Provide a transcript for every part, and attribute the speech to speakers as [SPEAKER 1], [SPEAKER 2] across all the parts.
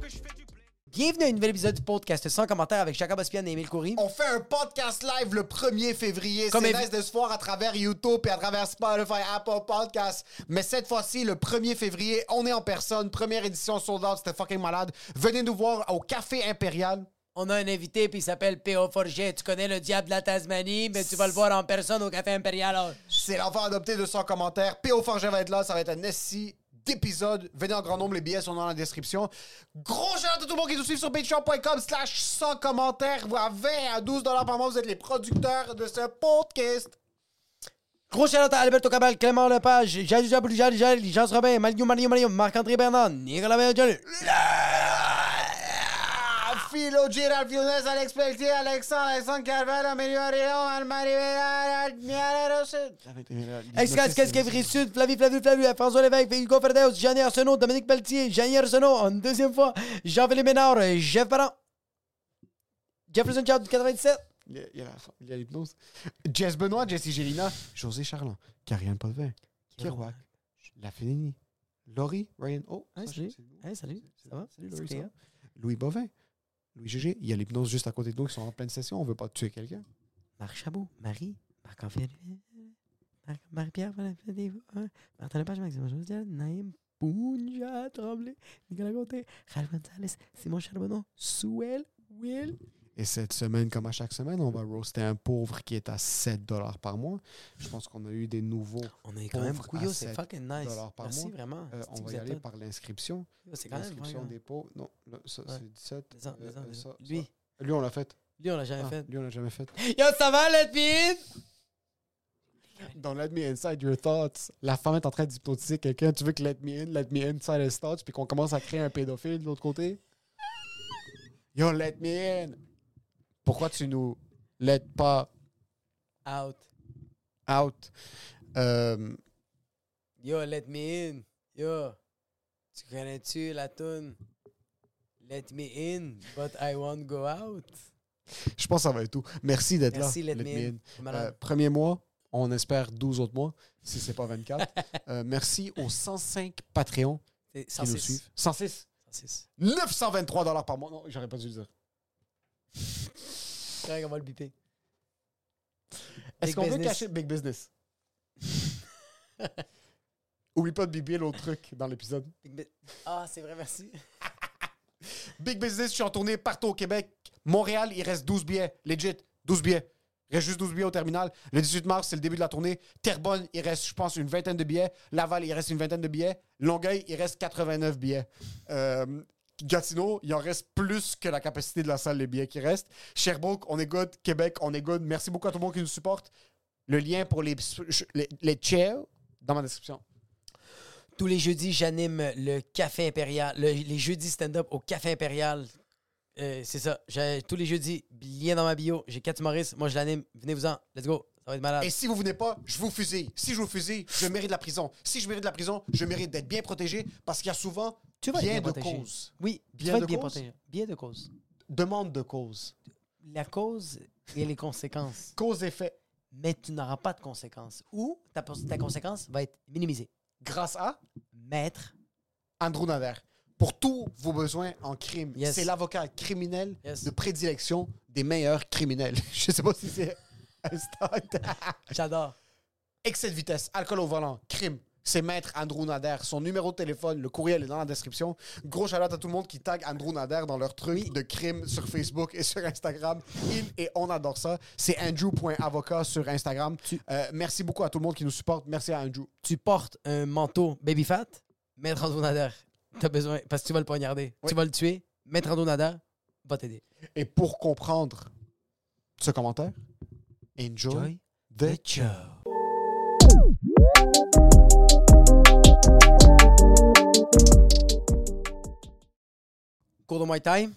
[SPEAKER 1] que je fais du blé.
[SPEAKER 2] Bienvenue à un nouvel épisode du podcast sans commentaire avec Jacob Ospian et Émile Coury.
[SPEAKER 3] On fait un podcast live le 1er février.
[SPEAKER 2] Comme
[SPEAKER 3] C'est
[SPEAKER 2] évi-
[SPEAKER 3] nice de se voir à travers YouTube et à travers Spotify, Apple Podcasts. Mais cette fois-ci, le 1er février, on est en personne. Première édition sold out, c'était fucking malade. Venez nous voir au Café Impérial.
[SPEAKER 2] On a un invité puis il s'appelle P.O. Forget. Tu connais le diable de la Tasmanie, mais tu vas le voir en personne au Café Impérial.
[SPEAKER 3] C'est l'enfant adopté de son commentaire. P.O. Forger va être là, ça va être un SI d'épisodes. Venez en grand nombre, les billets sont dans la description. Gros shout à tout le monde qui nous suit sur patreon.com slash sans commentaire. Vous avez à 12$ par mois, vous êtes les producteurs de ce podcast.
[SPEAKER 2] Gros shout à Alberto Cabal, Clément Lepage, Jadou Jabouli, Jadou Jadou, Jean Robin, Mario Mario Mario, Marc-André Bernard, Nicolas Bernard,
[SPEAKER 3] Philo, Gérald Vionès, Alex Pelletier, Alexandre, Alexandre Carvalho, Emilio Réon, Alma Rivera, Admiral Rossel.
[SPEAKER 2] Excas, Cascavry Sud, Flavie, Flavie, Flavie, François Lévesque, Hugo Ferdeus, Jeannie Arsenault, Dominique Pelletier, Jeannie Arsenault, en deuxième fois, Jean-Philippe Ménard, Jeff Parent, Jefferson Child du 97.
[SPEAKER 3] Il y a- il y a la- il y a l'hypnose. Jess Benoît, Jessie Gélina, José Charland, Karianne Potvin, Kirouac, La Félinie, Laurie, Ryan O,
[SPEAKER 2] Hein, salut. Hein, salut, ça va? C'est
[SPEAKER 3] Salut, Ah, Laurie, ça
[SPEAKER 2] Cléa.
[SPEAKER 3] va? Louis Bovin, Louis Gégé. Il y a l'hypnose juste à côté de nous qui sont en pleine session. On veut pas tuer quelqu'un.
[SPEAKER 2] Marc Chabot, Marie, Marc-Antoine, Marc- Marie-Pierre, hein. Martin Lepage, Maxime Josdial, Naïm Pounja, Tremblay, Nicolas Gonté, Ralph Gonzalez, Simon Charbonneau, Souel, Will.
[SPEAKER 3] Et cette semaine, comme à chaque semaine, on va roaster un pauvre qui est à 7 par mois. Je pense qu'on a eu des nouveaux.
[SPEAKER 2] On est
[SPEAKER 3] quand même beaucoup, yo, c'est
[SPEAKER 2] fucking
[SPEAKER 3] nice. Merci
[SPEAKER 2] vraiment.
[SPEAKER 3] Euh, on va y aller par l'inscription.
[SPEAKER 2] C'est hein.
[SPEAKER 3] L'inscription des pots. Non, là, ça,
[SPEAKER 2] Ouais.
[SPEAKER 3] c'est 17. euh, euh, ça,
[SPEAKER 2] Lui,
[SPEAKER 3] ça. Lui, on l'a fait.
[SPEAKER 2] lui, on l'a jamais
[SPEAKER 3] Ah,
[SPEAKER 2] fait.
[SPEAKER 3] Lui, on l'a jamais fait.
[SPEAKER 2] Yo, ça va, le pin?
[SPEAKER 3] Dans Let Me Inside Your Thoughts, la femme est en train d'hypnotiser quelqu'un. Tu veux que Let Me In, Let Me Inside His Thoughts, puis qu'on commence à créer un pédophile de l'autre côté? Yo, Let Me In! Pourquoi tu nous let pas
[SPEAKER 2] Out.
[SPEAKER 3] out? Euh,
[SPEAKER 2] Yo, let me in. Yo, tu connais-tu la tune Let me in, but I won't go out.
[SPEAKER 3] je pense que ça va être tout. Merci d'être là.
[SPEAKER 2] Merci, let, me in. C'est
[SPEAKER 3] Euh,
[SPEAKER 2] malade.
[SPEAKER 3] premier mois, on espère 12 autres mois, si c'est pas 24. Euh, merci aux 105 Patreons
[SPEAKER 2] C'est
[SPEAKER 3] qui nous
[SPEAKER 2] 106.
[SPEAKER 3] suivent. 106?
[SPEAKER 2] 106.
[SPEAKER 3] 923 dollars par mois. Non, j'aurais pas dû le dire.
[SPEAKER 2] C'est correct, on va le biper.
[SPEAKER 3] Est-ce qu'on veut
[SPEAKER 2] business.
[SPEAKER 3] cacher Big Business? Oublie pas de biber l'autre truc dans l'épisode.
[SPEAKER 2] Big bit. Ah, c'est vrai, merci.
[SPEAKER 3] Big Business, je suis en tournée partout au Québec. Montréal, il reste 12 billets. Legit, 12 billets. Il reste juste 12 billets au terminal. Le 18 mars, c'est le début de la tournée. Terrebonne, il reste, je pense, une vingtaine de billets. Laval, il reste une vingtaine de billets. Longueuil, il reste 89 billets. Euh, Gatineau, il en reste plus que la capacité de la salle, les billets qui restent. Sherbrooke, on est good. Québec, on est good. Merci beaucoup à tout le monde qui nous supporte. Le lien pour les, les, les chairs dans ma description.
[SPEAKER 2] Tous les jeudis, j'anime le Café Impérial, le- les jeudis stand-up au Café Impérial. Euh, c'est ça. J'ai- Tous les jeudis, lien dans ma bio. J'ai quatre humoristes. Moi, je l'anime. Venez-vous-en. Let's go. Ça va être malade.
[SPEAKER 3] Et si vous venez pas, je vous fusille. Si je vous fusille, je mérite la prison. Si je mérite la prison, je mérite d'être bien protégé parce qu'il y a souvent
[SPEAKER 2] Tu vas être
[SPEAKER 3] Bien
[SPEAKER 2] bien
[SPEAKER 3] de
[SPEAKER 2] protégé.
[SPEAKER 3] cause.
[SPEAKER 2] Oui,
[SPEAKER 3] Bien
[SPEAKER 2] tu vas
[SPEAKER 3] de
[SPEAKER 2] être bien
[SPEAKER 3] cause?
[SPEAKER 2] protégé. Bien de cause.
[SPEAKER 3] Demande de cause.
[SPEAKER 2] La cause et les conséquences.
[SPEAKER 3] Cause-effet.
[SPEAKER 2] Mais tu n'auras pas de conséquences. Ou ta, pos- ta conséquence va être minimisée.
[SPEAKER 3] Grâce à
[SPEAKER 2] Maître.
[SPEAKER 3] Andrew Nader. Pour tous vos besoins en crime.
[SPEAKER 2] Yes.
[SPEAKER 3] C'est l'avocat criminel
[SPEAKER 2] Yes.
[SPEAKER 3] de prédilection des meilleurs criminels. Je sais pas si c'est un stade.
[SPEAKER 2] J'adore.
[SPEAKER 3] Excès de vitesse, alcool au volant, crime. C'est maître Andrew Nader. Son numéro de téléphone, le courriel est dans la description. Gros shout à tout le monde qui tag Andrew Nader dans leur truc de crime sur Facebook et sur Instagram. Il et on adore ça. C'est andrew.avocat sur Instagram. Euh, merci beaucoup à tout le monde qui nous supporte. Merci à Andrew.
[SPEAKER 2] Tu portes un manteau baby fat, maître Andonadar. Tu as besoin, parce que tu vas le poignarder.
[SPEAKER 3] Oui.
[SPEAKER 2] Tu vas le tuer. Maître Andonadar va t'aider.
[SPEAKER 3] Et pour comprendre ce commentaire, enjoy, the
[SPEAKER 2] show. Cours de Muay Thai,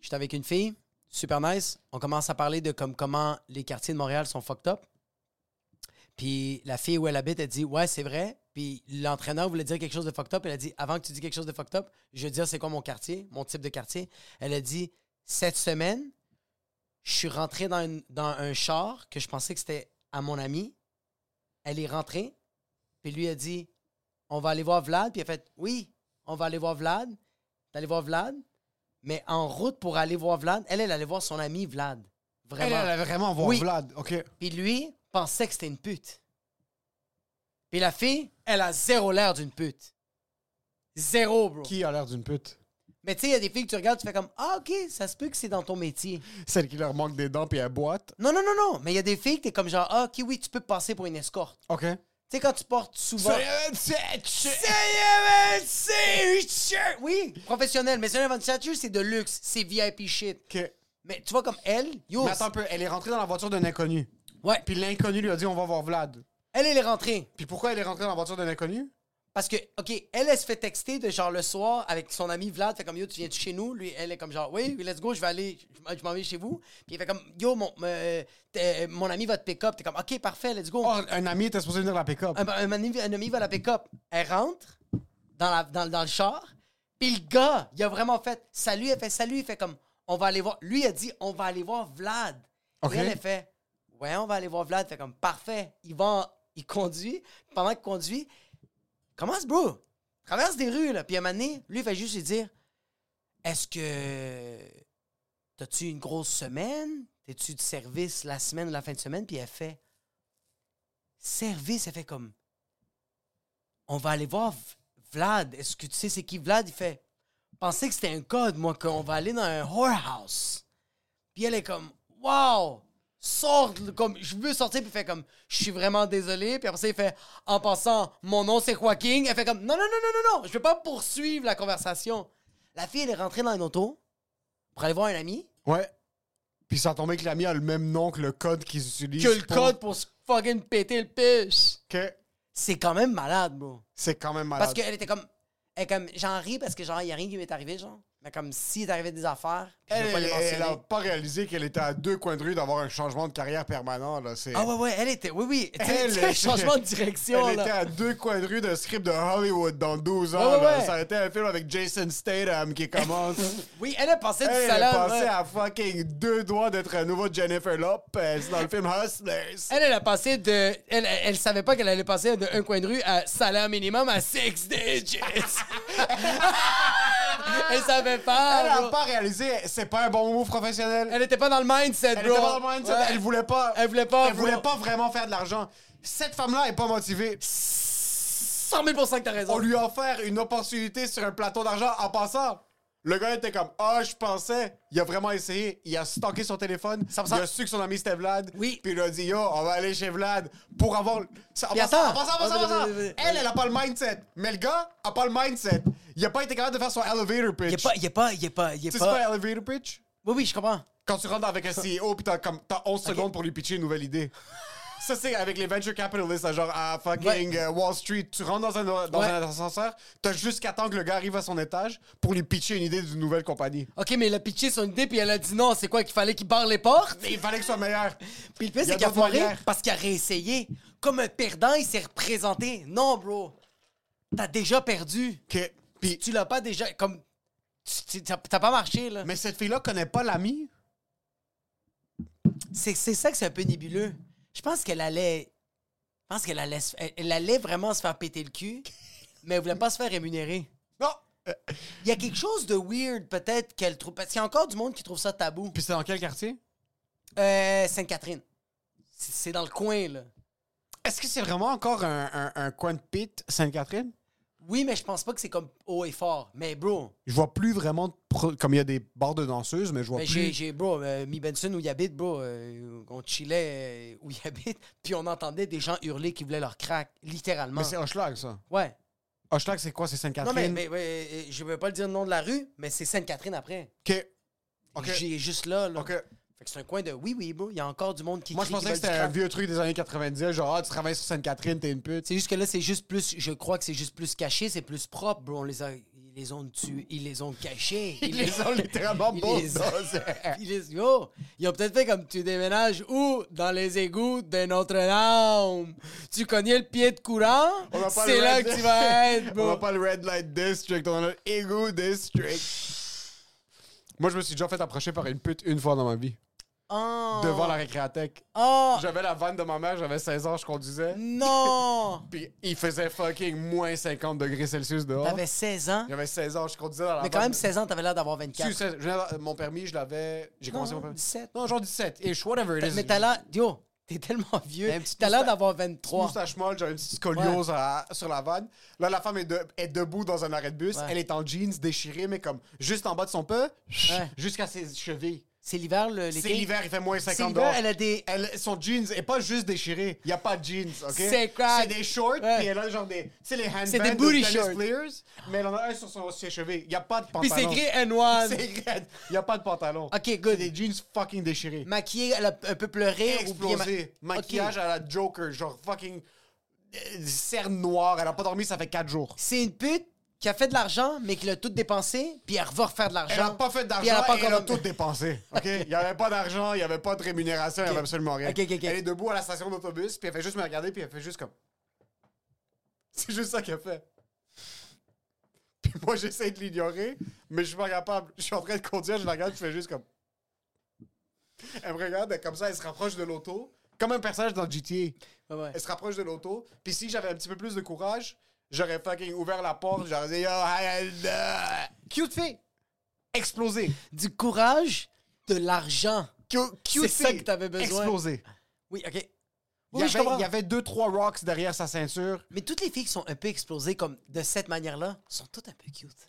[SPEAKER 2] j'étais avec une fille, super nice. On commence à parler de comme comment les quartiers de Montréal sont fucked up. Puis la fille où elle habite, elle dit Ouais, c'est vrai. Puis l'entraîneur voulait dire quelque chose de fucked up. Elle a dit Avant que tu dis quelque chose de fucked up, je veux dire c'est quoi mon quartier, mon type de quartier. Elle a dit Cette semaine, je suis rentré dans, une- dans un char que je pensais que c'était à mon ami. Elle est rentrée, puis lui a dit On va aller voir Vlad. Puis elle a fait Oui, on va aller voir Vlad. T'es allé voir Vlad. Mais en route pour aller voir Vlad, elle, elle allait voir son ami Vlad. Vraiment.
[SPEAKER 3] Elle, elle allait vraiment voir
[SPEAKER 2] Oui.
[SPEAKER 3] Vlad. OK.
[SPEAKER 2] Puis lui pensait que c'était une pute. Puis la fille, elle a zéro l'air d'une pute. Zéro, bro.
[SPEAKER 3] Qui a l'air d'une pute?
[SPEAKER 2] Mais tu sais, il y a des filles que tu regardes, tu fais comme Ah, ok, ça se peut que c'est dans ton métier.
[SPEAKER 3] Celle qui leur manque des dents puis elle boite.
[SPEAKER 2] Non, non, non, non. Mais il y a des filles que t'es comme genre Ah, ok, oui, tu peux passer pour une escorte.
[SPEAKER 3] OK.
[SPEAKER 2] Tu sais, quand tu portes souvent. Oui, professionnel. Mais Seigneur Van Satcher, c'est de luxe. C'est VIP shit.
[SPEAKER 3] OK.
[SPEAKER 2] Mais tu vois, comme elle, yo.
[SPEAKER 3] Mais attends un peu, elle est rentrée dans la voiture d'un inconnu.
[SPEAKER 2] Ouais,
[SPEAKER 3] Puis l'inconnu lui a dit on va voir Vlad.
[SPEAKER 2] elle, elle est rentrée.
[SPEAKER 3] Puis pourquoi elle est rentrée dans la voiture d'un inconnu
[SPEAKER 2] Parce que, OK, elle, elle se fait texter de genre le soir avec son ami Vlad. Fait comme, yo, tu viens de chez nous? Lui, elle est comme genre, oui, let's go, je vais aller, je m'en- je m'en vais chez vous. Puis il fait comme, yo, mon, euh, t'es- euh, mon ami va te pick-up. T'es comme, OK, parfait, let's go.
[SPEAKER 3] Oh, un ami était supposé venir la pick-up.
[SPEAKER 2] Un, un ami, un ami va la pick-up. Elle rentre dans, la, dans, dans le char. Puis le gars, il a vraiment fait, salut, elle fait salut. Il fait comme, on va aller voir. Lui, il a dit, on va aller voir Vlad.
[SPEAKER 3] OK.
[SPEAKER 2] Et elle, elle fait, ouais, on va aller voir Vlad. Fait comme, parfait. Il va, il conduit. Pendant qu'il conduit, commence, bro. Traverse des rues, là. Puis à un moment donné, lui, il va juste lui dire Est-ce que. T'as-tu une grosse semaine T'es-tu de service la semaine ou la fin de semaine Puis elle fait Service, elle fait comme On va aller voir V- Vlad. Est-ce que tu sais c'est qui Vlad Il fait Pensais que c'était un code, moi, qu'on va aller dans un whorehouse. Puis elle est comme Wow Sors, le- comme je veux sortir, puis il fait comme je suis vraiment désolé. Puis après ça, il fait en passant, mon nom c'est Joaquin. Elle fait comme non, non, non, non, non, non, je veux pas poursuivre la conversation. La fille, elle est rentrée dans un auto pour aller voir un ami.
[SPEAKER 3] Ouais. Puis ça a tombé que l'ami a le même nom que le code qu'ils utilisent.
[SPEAKER 2] Que le
[SPEAKER 3] pour-
[SPEAKER 2] code pour se fucking péter le piche.
[SPEAKER 3] Que
[SPEAKER 2] C'est quand même malade, bro.
[SPEAKER 3] c'est quand même malade.
[SPEAKER 2] Parce qu'elle était comme. Elle est comme. J'en ris parce que genre, il y a rien qui m'est arrivé, genre. Mais comme s'il est arrivé des affaires. puis je
[SPEAKER 3] Elle,
[SPEAKER 2] veux pas les
[SPEAKER 3] elle- elle a
[SPEAKER 2] mentionner.
[SPEAKER 3] pas réalisé qu'elle était à deux coins de rue d'avoir un changement de carrière permanent. Là. C'est-
[SPEAKER 2] Ah ouais, ouais, elle était. Oui, oui. Tu sais,
[SPEAKER 3] Elle
[SPEAKER 2] tu sais,
[SPEAKER 3] était-
[SPEAKER 2] changement de direction,
[SPEAKER 3] Elle
[SPEAKER 2] là.
[SPEAKER 3] était à deux coins de rue d'un script de Hollywood dans 12 ans.
[SPEAKER 2] Ouais, ouais,
[SPEAKER 3] là.
[SPEAKER 2] ouais.
[SPEAKER 3] Ça a été un film avec Jason Statham qui commence.
[SPEAKER 2] Oui, elle a passé du
[SPEAKER 3] elle est
[SPEAKER 2] salade.
[SPEAKER 3] passée
[SPEAKER 2] ouais.
[SPEAKER 3] à fucking deux doigts d'être un nouveau Jennifer Lopez dans le film Hustlers.
[SPEAKER 2] Elle, elle a passé de. Elle, elle, elle savait pas qu'elle allait passer de un coin de rue à salaire minimum à six digits. elle savait pas.
[SPEAKER 3] Elle
[SPEAKER 2] bro.
[SPEAKER 3] a pas réalisé, c'est pas un bon move professionnel.
[SPEAKER 2] Elle était pas dans le mindset,
[SPEAKER 3] Elle
[SPEAKER 2] bro.
[SPEAKER 3] était pas dans le mindset,
[SPEAKER 2] Ouais.
[SPEAKER 3] elle voulait pas.
[SPEAKER 2] Elle voulait pas,
[SPEAKER 3] Elle voulait
[SPEAKER 2] bro.
[SPEAKER 3] pas vraiment faire de l'argent. Cette femme-là est pas motivée.
[SPEAKER 2] 100 000 que t'as raison.
[SPEAKER 3] On lui a offert une opportunité sur un plateau d'argent en passant. Le gars était comme Ah, je pensais. Il a vraiment essayé. Il a stocké son téléphone. Il a su que son ami c'était Vlad.
[SPEAKER 2] Oui.
[SPEAKER 3] Puis il a dit Yo, on va aller chez Vlad pour avoir. Ça- En
[SPEAKER 2] Puis
[SPEAKER 3] passant,
[SPEAKER 2] attends. Ah,
[SPEAKER 3] en passant, en passant, en passant.
[SPEAKER 2] Vas-y, vas-y, vas-y.
[SPEAKER 3] Elle, elle a pas le mindset. Mais le gars a pas le mindset. Il a pas été capable de faire son elevator pitch.
[SPEAKER 2] Il est pas, il est pas, il est pas, il
[SPEAKER 3] Tu sais,
[SPEAKER 2] est
[SPEAKER 3] c'est pas
[SPEAKER 2] pas.
[SPEAKER 3] un elevator pitch?
[SPEAKER 2] Oui, oui, je comprends.
[SPEAKER 3] Quand tu rentres avec un CEO puis t'as comme t'as 11 secondes pour lui pitcher une nouvelle idée. Ça c'est avec les venture capitalists, genre à fucking
[SPEAKER 2] Ouais.
[SPEAKER 3] euh, Wall Street, tu rentres dans un dans
[SPEAKER 2] Ouais.
[SPEAKER 3] un ascenseur, t'as jusqu'à temps que le gars arrive à son étage pour lui pitcher une idée d'une nouvelle compagnie.
[SPEAKER 2] Ok, mais elle a pitché son idée puis elle a dit non, c'est quoi qu'il fallait qu'il barre les portes?
[SPEAKER 3] Il fallait que ce soit meilleur.
[SPEAKER 2] Puis le pire,
[SPEAKER 3] Il y a
[SPEAKER 2] c'est qu'il a
[SPEAKER 3] d'autres
[SPEAKER 2] foiré
[SPEAKER 3] manières.
[SPEAKER 2] parce qu'il a réessayé. Comme un perdant, il s'est représenté. Non, bro. T'as déjà perdu.
[SPEAKER 3] Ok. Puis-
[SPEAKER 2] tu l'as pas déjà. Comme. tu- tu- ça- T'as pas marché, là.
[SPEAKER 3] Mais cette fille-là connaît pas l'ami.
[SPEAKER 2] C'est c'est ça que c'est un peu nébuleux. Je pense qu'elle allait. Je pense qu'elle allait, se- elle- elle allait vraiment se faire péter le cul, mais elle voulait pas se faire rémunérer.
[SPEAKER 3] Non! Euh,
[SPEAKER 2] Il y a quelque chose de weird, peut-être, qu'elle trouve. Parce qu'il y a encore du monde qui trouve ça tabou.
[SPEAKER 3] Puis c'est dans quel quartier?
[SPEAKER 2] Euh, Sainte-Catherine. C'est c'est dans le coin, là.
[SPEAKER 3] Est-ce que c'est vraiment encore un, un, un coin de pit Sainte-Catherine?
[SPEAKER 2] Oui, mais je pense pas que c'est comme haut et fort. Mais bro,
[SPEAKER 3] Je vois plus vraiment de pro- comme il y a des bars de danseuses, mais je vois
[SPEAKER 2] mais Ben, j'ai,
[SPEAKER 3] plus.
[SPEAKER 2] j'ai bro, euh, Mi Benson où il habite, bro, euh, on chillait euh, où il habite, puis on entendait des gens hurler qui voulaient leur crack, littéralement.
[SPEAKER 3] Mais c'est Hochelag, ça.
[SPEAKER 2] Ouais.
[SPEAKER 3] Hochelag, c'est quoi? C'est
[SPEAKER 2] Non, mais,
[SPEAKER 3] Sainte-Catherine?
[SPEAKER 2] mais, mais, euh, je veux pas le dire le nom de la rue, mais c'est Sainte-Catherine après.
[SPEAKER 3] OK. OK.
[SPEAKER 2] J'ai juste là, là.
[SPEAKER 3] OK.
[SPEAKER 2] Fait que c'est un coin de oui, oui, bro, il y a encore du monde qui
[SPEAKER 3] Moi, je
[SPEAKER 2] crie,
[SPEAKER 3] pensais
[SPEAKER 2] qui veulent
[SPEAKER 3] que
[SPEAKER 2] du
[SPEAKER 3] c'était un
[SPEAKER 2] crack.
[SPEAKER 3] vieux truc des années 90, genre, ah, tu travailles sur Sainte-Catherine, t'es une pute.
[SPEAKER 2] C'est juste que là, c'est juste plus. Je crois que c'est juste plus caché, c'est plus propre, bro. On les a, ils les ont tués, ils les ont cachés.
[SPEAKER 3] Ils les ont littéralement
[SPEAKER 2] ils les-
[SPEAKER 3] bulldozés.
[SPEAKER 2] ils les- yo, oh, ils ont peut-être fait comme tu déménages où Dans les égouts de Notre-Dame. Tu connais le pied de courant
[SPEAKER 3] On va pas
[SPEAKER 2] C'est
[SPEAKER 3] le
[SPEAKER 2] là
[SPEAKER 3] red-
[SPEAKER 2] que tu vas être,
[SPEAKER 3] On
[SPEAKER 2] bro.
[SPEAKER 3] va pas le Red Light District, on a le Ego District. Moi, je me suis déjà fait approcher par une pute une fois dans ma vie.
[SPEAKER 2] Oh,
[SPEAKER 3] Devant la récréatech.
[SPEAKER 2] oh,
[SPEAKER 3] J'avais la vanne de ma mère, j'avais 16 ans, je conduisais.
[SPEAKER 2] non
[SPEAKER 3] Puis il faisait fucking moins 50 degrés Celsius dehors.
[SPEAKER 2] T'avais 16 ans,
[SPEAKER 3] J'avais 16 ans, je conduisais dans la
[SPEAKER 2] mais quand
[SPEAKER 3] vanne.
[SPEAKER 2] même 16 ans, t'avais l'air d'avoir
[SPEAKER 3] Si,
[SPEAKER 2] 24.
[SPEAKER 3] 16, je venais d'avoir- mon permis, je l'avais. J'ai commencé mon permis.
[SPEAKER 2] 17.
[SPEAKER 3] Non, genre 17. Ish, whatever it is.
[SPEAKER 2] Mais t'as l'air. Yo, t'es tellement vieux.
[SPEAKER 3] Mais un petit
[SPEAKER 2] T'as l'air
[SPEAKER 3] moustache-
[SPEAKER 2] d'avoir
[SPEAKER 3] Petite
[SPEAKER 2] 23.
[SPEAKER 3] moustache molle, j'avais une petite scoliose à- sur la vanne. Là, la femme est, de- est debout dans un arrêt de bus.
[SPEAKER 2] Ouais.
[SPEAKER 3] Elle est en jeans déchirée, mais comme juste en bas de son peu,
[SPEAKER 2] Ouais.
[SPEAKER 3] jusqu'à ses chevilles.
[SPEAKER 2] C'est l'hiver, le.
[SPEAKER 3] C'est
[SPEAKER 2] l'été?
[SPEAKER 3] l'hiver, il fait moins 50
[SPEAKER 2] C'est l'hiver,
[SPEAKER 3] dehors.
[SPEAKER 2] elle a des.
[SPEAKER 3] Elle- son jeans est pas juste déchiré. Il n'y a pas de jeans, OK?
[SPEAKER 2] C'est crack.
[SPEAKER 3] C'est des shorts,
[SPEAKER 2] Ouais.
[SPEAKER 3] puis elle a genre des... C'est les handbands
[SPEAKER 2] C'est des
[SPEAKER 3] de
[SPEAKER 2] booty
[SPEAKER 3] tennis
[SPEAKER 2] shorts.
[SPEAKER 3] players, mais elle en a un sur son, ses chevilles. Il n'y a pas de
[SPEAKER 2] Puis
[SPEAKER 3] pantalon.
[SPEAKER 2] c'est écrit N1.
[SPEAKER 3] C'est raide. Il n'y a pas de pantalon.
[SPEAKER 2] Ok, good.
[SPEAKER 3] C'est des jeans fucking déchirés.
[SPEAKER 2] Maquillée, elle a un peu pleuré. ou bien ma-
[SPEAKER 3] Explosé.
[SPEAKER 2] Ok.
[SPEAKER 3] Maquillage à la Joker, genre fucking... euh, Cerne noire. Elle n'a pas dormi, ça fait 4 jours.
[SPEAKER 2] C'est une pute qui a fait de l'argent, mais qui l'a tout dépensé, puis elle va refaire de l'argent.
[SPEAKER 3] Elle n'a pas fait d'argent,
[SPEAKER 2] Puis elle a pas
[SPEAKER 3] et elle a
[SPEAKER 2] encore-
[SPEAKER 3] tout dépensé. ok? Il n'y avait pas d'argent, il n'y avait pas de rémunération, il n'y avait absolument rien.
[SPEAKER 2] Ok, ok, ok.
[SPEAKER 3] Elle est debout à la station d'autobus, puis elle fait juste me regarder, puis elle fait juste comme. C'est juste ça qu'elle fait. Puis moi, j'essaie de l'ignorer, mais je suis pas capable. Je suis en train de conduire, je la regarde, je fais juste comme. Elle me regarde, comme ça, elle se rapproche de l'auto, comme un personnage dans GTA.
[SPEAKER 2] Ouais, ouais.
[SPEAKER 3] Elle se rapproche de l'auto. Puis si j'avais un petit peu plus de courage, j'aurais fucking ouvert la porte, j'aurais dit Yo, hi, hi, hi. cute fille, explosé.
[SPEAKER 2] Du courage, de l'argent.
[SPEAKER 3] Cu-
[SPEAKER 2] C'est
[SPEAKER 3] cute
[SPEAKER 2] ça
[SPEAKER 3] fille,
[SPEAKER 2] que t'avais besoin.
[SPEAKER 3] Explosé.
[SPEAKER 2] Oui, OK.
[SPEAKER 3] Il
[SPEAKER 2] Oui,
[SPEAKER 3] y,
[SPEAKER 2] je
[SPEAKER 3] avait,
[SPEAKER 2] comprends.
[SPEAKER 3] il y avait deux, trois rocks derrière sa ceinture.
[SPEAKER 2] Mais toutes les filles qui sont un peu explosées comme de cette manière-là sont toutes un peu cute. Tu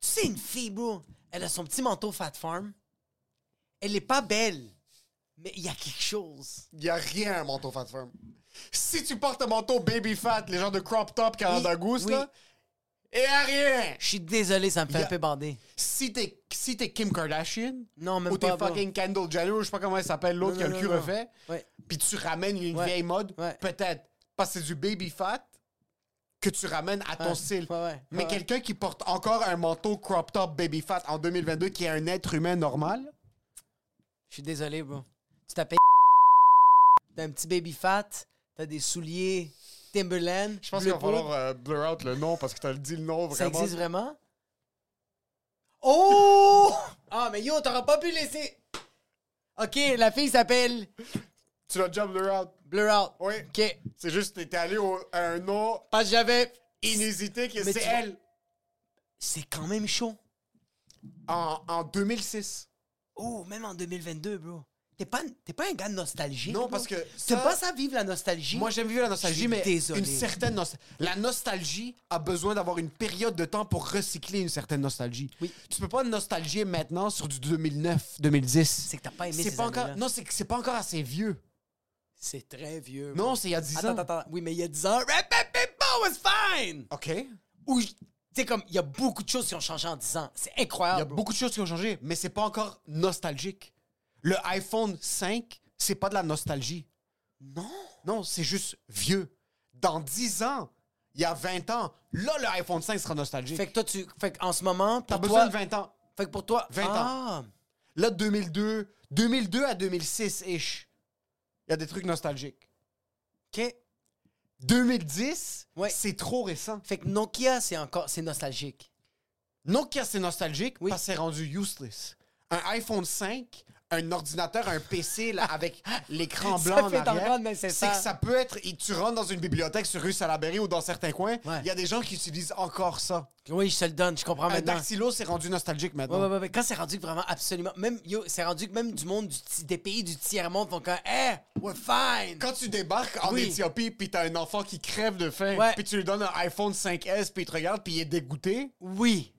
[SPEAKER 2] sais, une fille, bro, elle a son petit manteau Fat Farm. Elle est pas belle, mais il y a quelque chose.
[SPEAKER 3] Il y a rien à un manteau fat firm. Si tu portes un manteau baby fat, les gens de crop top Canada
[SPEAKER 2] Oui,
[SPEAKER 3] Goose,
[SPEAKER 2] oui.
[SPEAKER 3] là, il y a rien.
[SPEAKER 2] Je suis désolé, ça me fait
[SPEAKER 3] Il y a-
[SPEAKER 2] un peu bander.
[SPEAKER 3] Si t'es si t'es Kim Kardashian,
[SPEAKER 2] Non, même
[SPEAKER 3] ou t'es
[SPEAKER 2] pas, bro.
[SPEAKER 3] fucking Kendall Jenner, ou je sais pas comment elle s'appelle, l'autre
[SPEAKER 2] Non,
[SPEAKER 3] qui a
[SPEAKER 2] non,
[SPEAKER 3] le cul
[SPEAKER 2] non, non.
[SPEAKER 3] refait,
[SPEAKER 2] Ouais.
[SPEAKER 3] puis tu ramènes une
[SPEAKER 2] Ouais.
[SPEAKER 3] vieille mode,
[SPEAKER 2] Ouais.
[SPEAKER 3] peut-être. Parce que c'est du baby fat que tu ramènes à ton
[SPEAKER 2] Ouais.
[SPEAKER 3] style.
[SPEAKER 2] Ouais, ouais.
[SPEAKER 3] Mais
[SPEAKER 2] Ouais,
[SPEAKER 3] quelqu'un qui porte encore un manteau crop top baby fat en 2022 qui est un être humain normal,
[SPEAKER 2] Je suis désolé, bro. Tu t'appelles. T'as un petit baby fat, t'as des souliers Timberland.
[SPEAKER 3] je pense qu'il
[SPEAKER 2] bleu
[SPEAKER 3] va
[SPEAKER 2] poudre.
[SPEAKER 3] falloir euh, blur out le nom parce que t'as dit le nom
[SPEAKER 2] Ça
[SPEAKER 3] vraiment.
[SPEAKER 2] existe vraiment? Oh! Ah, mais yo, t'auras pas pu laisser. Ok, la fille s'appelle
[SPEAKER 3] Tu l'as déjà blur out.
[SPEAKER 2] Blur Out.
[SPEAKER 3] Oui.
[SPEAKER 2] Ok.
[SPEAKER 3] C'est juste que t'es allé au, à un nom
[SPEAKER 2] Parce que j'avais.
[SPEAKER 3] inusité que
[SPEAKER 2] Mais tu
[SPEAKER 3] c'est
[SPEAKER 2] vois-
[SPEAKER 3] elle
[SPEAKER 2] C'est quand même chaud.
[SPEAKER 3] en, en 2006.
[SPEAKER 2] Oh, même en 2022, bro. T'es pas, t'es pas un gars nostalgique.
[SPEAKER 3] Non,
[SPEAKER 2] bro.
[SPEAKER 3] parce que ça-
[SPEAKER 2] T'aimes pas ça vivre la nostalgie?
[SPEAKER 3] Moi, j'aime vivre la
[SPEAKER 2] Je
[SPEAKER 3] nostalgie,
[SPEAKER 2] suis
[SPEAKER 3] mais
[SPEAKER 2] désolé.
[SPEAKER 3] une certaine nos- La nostalgie a besoin d'avoir une période de temps pour recycler une certaine nostalgie.
[SPEAKER 2] Oui.
[SPEAKER 3] Tu peux pas nostalgier maintenant sur du 2009, 2010.
[SPEAKER 2] C'est que t'as pas aimé
[SPEAKER 3] C'est
[SPEAKER 2] ces
[SPEAKER 3] pas encore...
[SPEAKER 2] années-là.
[SPEAKER 3] Non, c'est que c'est pas encore assez vieux.
[SPEAKER 2] C'est très vieux. bro.
[SPEAKER 3] Non, c'est il y a 10
[SPEAKER 2] Euh, Attends,
[SPEAKER 3] ans.
[SPEAKER 2] attends, attends. Oui, mais il y a 10 ans, rap, rap, rap, boom, was fine!
[SPEAKER 3] OK. Il
[SPEAKER 2] Ou, tu sais, comme, il y a beaucoup de choses qui ont changé en 10 ans. C'est incroyable.
[SPEAKER 3] y a
[SPEAKER 2] bro.
[SPEAKER 3] beaucoup de choses qui ont changé, mais c'est pas encore nostalgique. Le iPhone 5, c'est pas de la nostalgie.
[SPEAKER 2] Non!
[SPEAKER 3] Non, c'est juste vieux. Dans 10 ans, il y a 20 ans, là, le iPhone 5 sera nostalgique.
[SPEAKER 2] Fait que toi, tu. Fait qu'en ce moment,
[SPEAKER 3] T'as
[SPEAKER 2] pour toi.
[SPEAKER 3] besoin de 20 ans.
[SPEAKER 2] Fait que pour toi.
[SPEAKER 3] 20
[SPEAKER 2] ah,
[SPEAKER 3] Là, 2002, 2002 à 2006-ish, il y a des trucs nostalgiques.
[SPEAKER 2] OK.
[SPEAKER 3] 2010,
[SPEAKER 2] Ouais.
[SPEAKER 3] c'est trop récent.
[SPEAKER 2] Fait que Nokia, c'est encore, c'est nostalgique.
[SPEAKER 3] Nokia, c'est nostalgique
[SPEAKER 2] Oui.
[SPEAKER 3] parce que c'est rendu useless. Un iPhone 5, un ordinateur, un PC là, avec l'écran
[SPEAKER 2] Ça
[SPEAKER 3] blanc en
[SPEAKER 2] fait
[SPEAKER 3] arrière,
[SPEAKER 2] encore de
[SPEAKER 3] c'est
[SPEAKER 2] nécessaire.
[SPEAKER 3] que ça peut être... et tu rentres dans une bibliothèque sur rue Salaberry ou dans certains coins, il
[SPEAKER 2] Ouais.
[SPEAKER 3] y a des gens qui utilisent encore ça.
[SPEAKER 2] Oui, je te le donne, je comprends
[SPEAKER 3] Un
[SPEAKER 2] maintenant.
[SPEAKER 3] dactylo, c'est rendu nostalgique maintenant.
[SPEAKER 2] Ouais, ouais, ouais, ouais. Quand c'est rendu que vraiment absolument. Même, yo, c'est rendu que même du monde, du, ti- des pays du tiers-monde font quand. Hey, we're fine!
[SPEAKER 3] Quand tu débarques en
[SPEAKER 2] Oui.
[SPEAKER 3] Éthiopie, puis t'as un enfant qui crève de faim,
[SPEAKER 2] Ouais.
[SPEAKER 3] puis tu lui donnes un iPhone 5S, puis il te regarde, puis il est dégoûté.
[SPEAKER 2] Oui!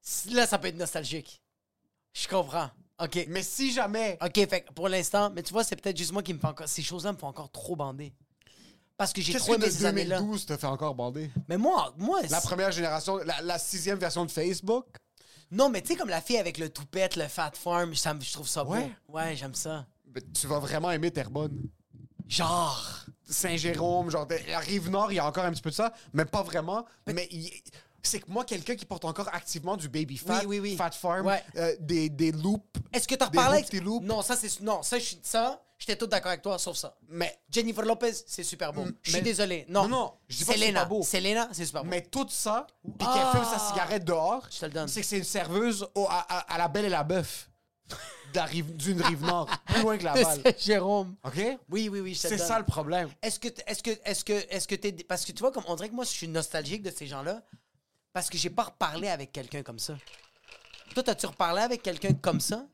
[SPEAKER 2] C- Là, ça peut être nostalgique. Je comprends. OK.
[SPEAKER 3] Mais si jamais...
[SPEAKER 2] OK, fait que pour l'instant, mais tu vois, c'est peut-être juste moi qui me fais encore. Ces choses-là me font encore trop bander. Parce que j'ai
[SPEAKER 3] Qu'est-ce
[SPEAKER 2] trop
[SPEAKER 3] que
[SPEAKER 2] aimé
[SPEAKER 3] de
[SPEAKER 2] ces années-là.
[SPEAKER 3] 2012 te fait encore bander?
[SPEAKER 2] Mais moi, moi.
[SPEAKER 3] La
[SPEAKER 2] c'est-
[SPEAKER 3] première génération, la, la sixième version de Facebook?
[SPEAKER 2] Non, mais tu sais, comme la fille avec le toupette, le fat farm, ça me- je trouve ça beau.
[SPEAKER 3] Ouais.
[SPEAKER 2] Ouais, j'aime ça.
[SPEAKER 3] Ben, tu vas vraiment aimer Terrebonne.
[SPEAKER 2] Genre.
[SPEAKER 3] Saint-Jérôme, genre, de- la Rive-Nord, il y a encore un petit peu de ça, mais pas vraiment.
[SPEAKER 2] Ben,
[SPEAKER 3] Mais il- c'est que moi, quelqu'un qui porte encore activement du baby fat,
[SPEAKER 2] Oui, oui, oui.
[SPEAKER 3] fat farm,
[SPEAKER 2] Ouais.
[SPEAKER 3] euh, des, des loops.
[SPEAKER 2] Est-ce que t'as
[SPEAKER 3] Des
[SPEAKER 2] reparlé
[SPEAKER 3] loops, des loops.
[SPEAKER 2] Non, ça, c'est. Non, ça, je suis- ça, j'étais tout d'accord avec toi, sauf ça.
[SPEAKER 3] Mais,
[SPEAKER 2] Jennifer Lopez, c'est super beau. Je suis
[SPEAKER 3] Mm, mais-
[SPEAKER 2] désolé. Non,
[SPEAKER 3] Non, non, je dis pas que c'est
[SPEAKER 2] Selena,
[SPEAKER 3] pas beau.
[SPEAKER 2] Selena, c'est super beau.
[SPEAKER 3] mais tout ça, puis qu'elle fume sa cigarette dehors,
[SPEAKER 2] Ah! Je te le donne.
[SPEAKER 3] c'est que c'est une serveuse au- à, à- à la belle et la bœuf. De la rive- D'une Rive-Nord, plus loin que Laval.
[SPEAKER 2] Jérôme.
[SPEAKER 3] OK?
[SPEAKER 2] Oui, oui, oui, je te le
[SPEAKER 3] C'est
[SPEAKER 2] donne.
[SPEAKER 3] ça le problème.
[SPEAKER 2] Est-ce que, t- est-ce que, est-ce que, est-ce que t'es, parce que tu vois comme on dirait que moi je suis nostalgique de ces gens-là parce que j'ai pas reparlé avec quelqu'un comme ça. Toi, t'as-tu reparlé avec quelqu'un comme ça